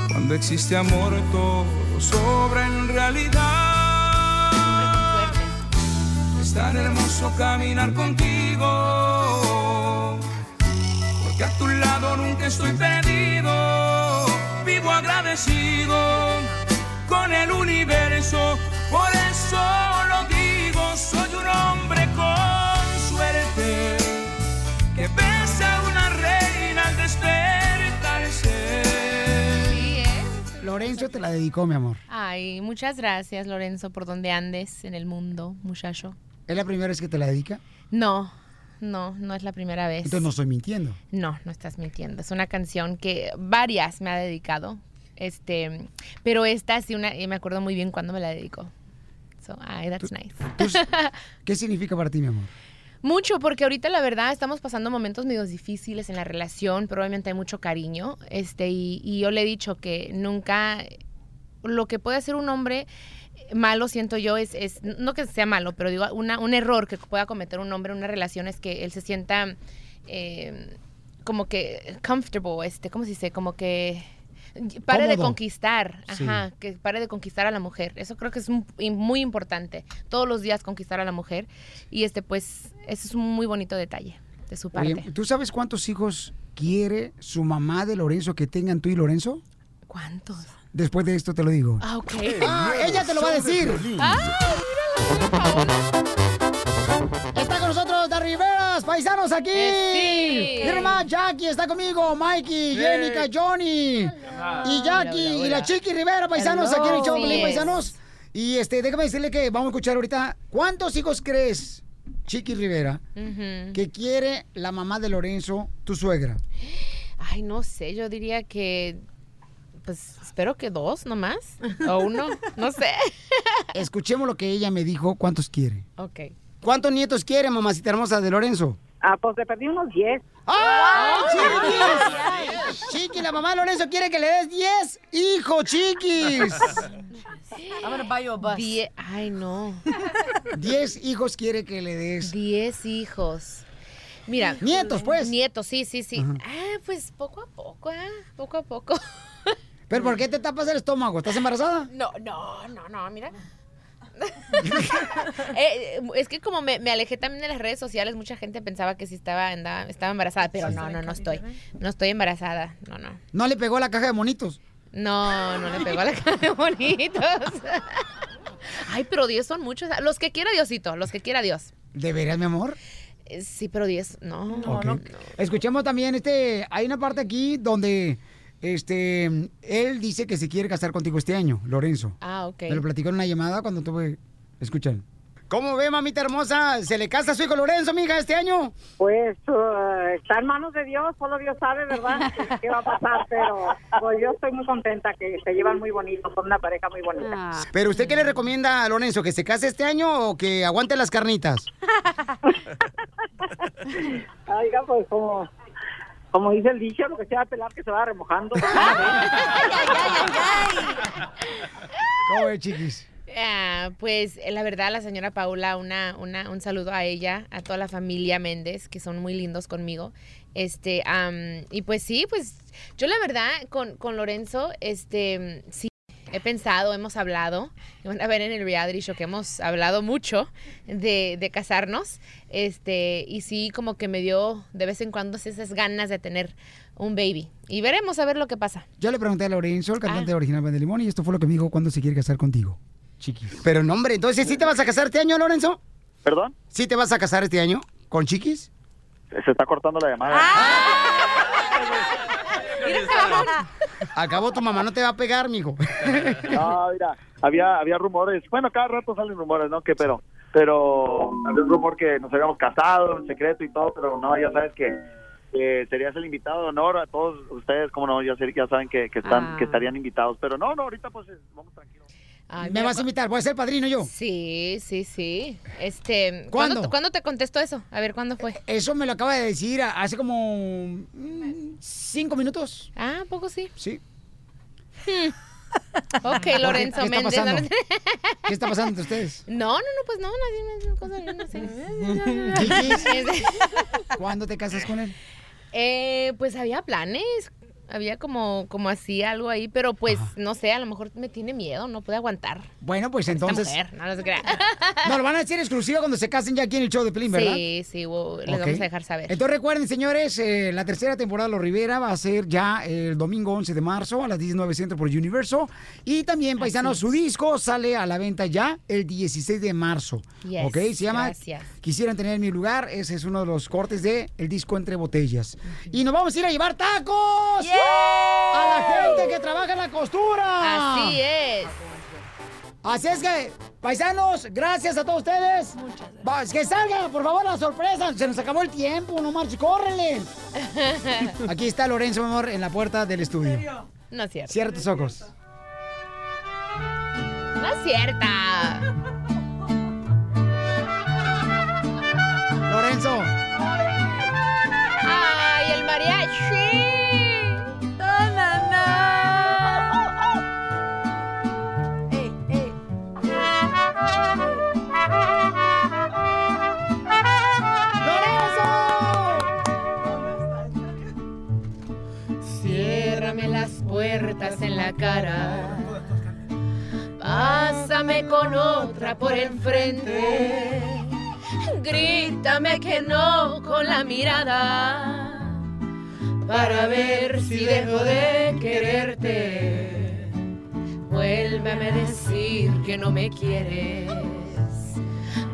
G: Cuando existe amor todo sobra en realidad. Es tan hermoso caminar contigo, porque a tu lado nunca estoy perdido. Vivo agradecido con el universo, por eso lo digo, soy un hombre con suerte que besa a una reina al despertarse.
B: Lorenzo te la dedicó, mi amor.
W: ¿eh? Ay, muchas gracias, Lorenzo, por donde andes en el mundo, muchacho.
B: ¿Es la primera vez que te la dedica?
W: No, no, no es la primera vez.
B: Entonces no estoy mintiendo.
W: No, no estás mintiendo. Es una canción que varias me ha dedicado. Este, pero esta sí una, y me acuerdo muy bien cuándo me la dedicó. So, ay, that's nice.
B: ¿Qué significa para ti, mi amor?
W: Mucho, porque ahorita la verdad estamos pasando momentos medio difíciles en la relación, pero obviamente hay mucho cariño. Este, y, y yo le he dicho que nunca lo que puede hacer un hombre malo, siento yo, es, es no que sea malo, pero digo, una, un error que pueda cometer un hombre en una relación es que él se sienta eh, como que comfortable, este, ¿cómo se dice? Como que pare de
A: Cómodo.
W: conquistar,
A: Sí.
W: ajá, que pare de conquistar a la mujer. Eso creo que es un- y muy importante, todos los días conquistar a la mujer. Y este, pues, ese es un muy bonito detalle de su parte.
B: Oye, ¿tú sabes cuántos hijos quiere su mamá de Lorenzo que tengan tú y Lorenzo?
W: ¿Cuántos?
B: Después de esto te lo digo.
W: Ah, ok.
B: Ah, ella te lo va a decir.
W: Ah,
B: Está con nosotros Dar Riveras, paisanos aquí.
A: Eh, sí.
B: Mi hermana Jackie está conmigo, Mikey, Jenica, Johnny y Jackie
A: Hola, hola,
B: y la
A: hola.
B: Chiqui Rivera, paisanos, aquí en el show,
A: Hello.
B: Pelín,
A: Así es.
B: paisanos. Y este, déjame decirle que vamos a escuchar ahorita, ¿cuántos hijos crees, Chiqui Rivera,
W: ujú.
B: que quiere la mamá de Lorenzo, tu suegra?
W: Ay, no sé, yo diría que, pues, espero que dos nomás, o uno, no sé.
B: Escuchemos lo que ella me dijo, ¿cuántos quiere?
W: Ok.
B: ¿Cuántos nietos quiere, mamacita hermosa de Lorenzo?
Q: Ah, pues te perdí unos 10.
B: ¡Ah,
Q: Ay,
W: ¿eh?
B: chiquis! Chiqui, la mamá de Lorenzo quiere que le des 10 hijo, chiquis.
W: I'm gonna buy you a bus. ay, no.
B: 10 hijos quiere que le des.
W: 10 hijos. Mira.
B: Nietos, pues.
W: Nietos, sí, sí, sí. Ah, pues poco a poco, ¿ah? Poco a poco.
B: ¿Pero por qué te tapas el estómago? ¿Estás embarazada?
W: No, no, no, no, mira. Eh, es que como me, me alejé también de las redes sociales, mucha gente pensaba que sí estaba, andaba- estaba embarazada, pero no, no, no estoy. No estoy embarazada, no, no.
B: No le pegó la caja de monitos.
W: No, no le pegó a la cara de bonitos. Ay, pero 10 son muchos. Los que quiera Diosito, los que quiera Dios.
B: ¿De veras, mi amor?
W: Eh, Sí, pero 10, no.
B: Ok. Escuchemos también, este, hay una parte aquí donde este, él dice que se quiere casar contigo este año, Lorenzo.
W: Ah, ok.
B: Me lo platicó en una llamada cuando tuve. Escuchen. ¿Cómo ve, mamita hermosa? ¿Se le casa su hijo Lorenzo, mija, este año?
Q: Pues uh, está en manos de Dios, solo Dios sabe, ¿verdad? ¿Qué- ¿Qué va a pasar? Pero pues, yo estoy muy contenta que se llevan muy bonito, son una pareja muy bonita.
B: ¿Pero usted qué le recomienda a Lorenzo? ¿Que se case este año o que aguante las carnitas?
Q: Oiga, pues como, como dice el dicho, lo que se va a pelar que se va remojando.
B: ¿Cómo ve, chiquis?
W: Ah, pues eh, la verdad, la señora Paula, una, una, un saludo a ella, a toda la familia Méndez, que son muy lindos conmigo. Este, am, y pues sí, pues yo la verdad, con, con Lorenzo, este, mm, sí, he pensado, hemos hablado, y van a ver en el reality show que hemos hablado mucho de, de casarnos, este, y sí, como que me dio de vez en cuando esas ganas de tener un baby. Y veremos a ver lo que pasa.
B: Yo le pregunté a Lorenzo, el
W: Ah.
B: cantante original de Limón, y esto fue lo que me dijo cuando se quiere casar contigo. Chiquis. Pero no, hombre, entonces, ¿sí te vas a casar este año, Lorenzo?
K: ¿Perdón?
B: ¿Sí te vas a casar este año con Chiquis?
K: Se está cortando la llamada.
W: Ah.
B: Acabó tu mamá, no te va a pegar, mijo.
Q: Ah,
K: No, mira, había, había rumores. Bueno, cada rato salen rumores, ¿no? Que pero, pero había un rumor que nos habíamos casado en secreto y todo, pero no, ya sabes que eh, serías el invitado de honor a todos ustedes, como no, ya, sé- ya saben que, que están,
H: Ah.
K: que estarían invitados, pero no, no, ahorita pues es- vamos tranquilos.
B: ¿Me vas a invitar? ¿Voy a ser padrino yo?
W: Sí, sí, sí. Este,
B: ¿Cuándo?
W: ¿cuándo, cuándo te contestó eso? A ver, ¿cuándo fue?
B: Eso me lo acaba de decir a- hace como mm, cinco minutos.
W: Ah, poco sí.
B: Sí.
W: Hmm. Ok,
B: ¿Qué-
W: Lorenzo
B: qué está
W: Méndez.
B: pasando? ¿Qué está pasando entre ustedes?
W: No, no, no, pues no, nadie me cosa, yo no
B: Chiquis.
W: sé.
B: ¿Cuándo te casas con él?
W: Eh, pues había planes, había como, como así algo ahí, pero pues no sé, a lo mejor me tiene miedo, no puede aguantar.
B: Bueno, pues
W: Esta
B: entonces.
W: mujer, no, no se crea.
B: Nos lo van a decir exclusiva cuando se casen ya aquí en el show de Pelín, ¿verdad?
W: Sí, sí, wow, les
B: Ok.
W: vamos a dejar saber.
B: Entonces recuerden, señores, eh, la tercera temporada de Los Rivera va a ser ya el domingo 11 de marzo a las 19 centro por Universo. Y también, paisanos, su disco sale a la venta ya el 16 de marzo.
W: Yes,
B: ok, se llama
W: gracias.
B: Quisieran tener en mi lugar. Ese es uno de los cortes de el disco Entre Botellas. Y nos vamos a ir a llevar tacos a la gente que trabaja en la costura.
W: Así es.
B: Así es que, paisanos, gracias a todos ustedes. Va, Que salga, por favor, la sorpresa. Se nos acabó el tiempo, no marches, córrele. Aquí está Lorenzo, mi amor, en la puerta del estudio.
W: No es cierto.
B: Cierra tus ojos.
W: No es cierta.
B: Lorenzo.
W: ¡Ay, el mariachi! ¡No, no, Ciérrame las puertas en la cara. Pásame con otra por enfrente. Grítame que no con la mirada. Para ver si dejo de quererte. Vuélveme a decir que no me quieres.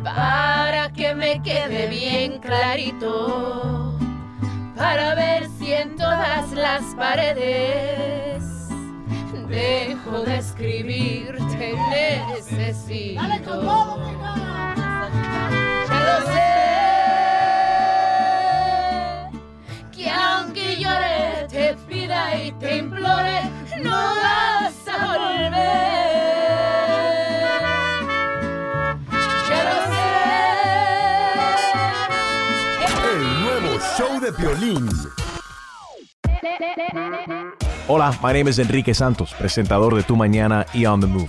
W: Para que me quede bien clarito. Para ver si en todas las paredes dejo de escribir te necesito. Dale con todo, Ya lo sé. Que aunque llore, te pida y te implore, no vas a volver. Ya lo
F: El nuevo show de violín.
L: Hola, my name is Enrique Santos, presentador de Tu Mañana y On the Move.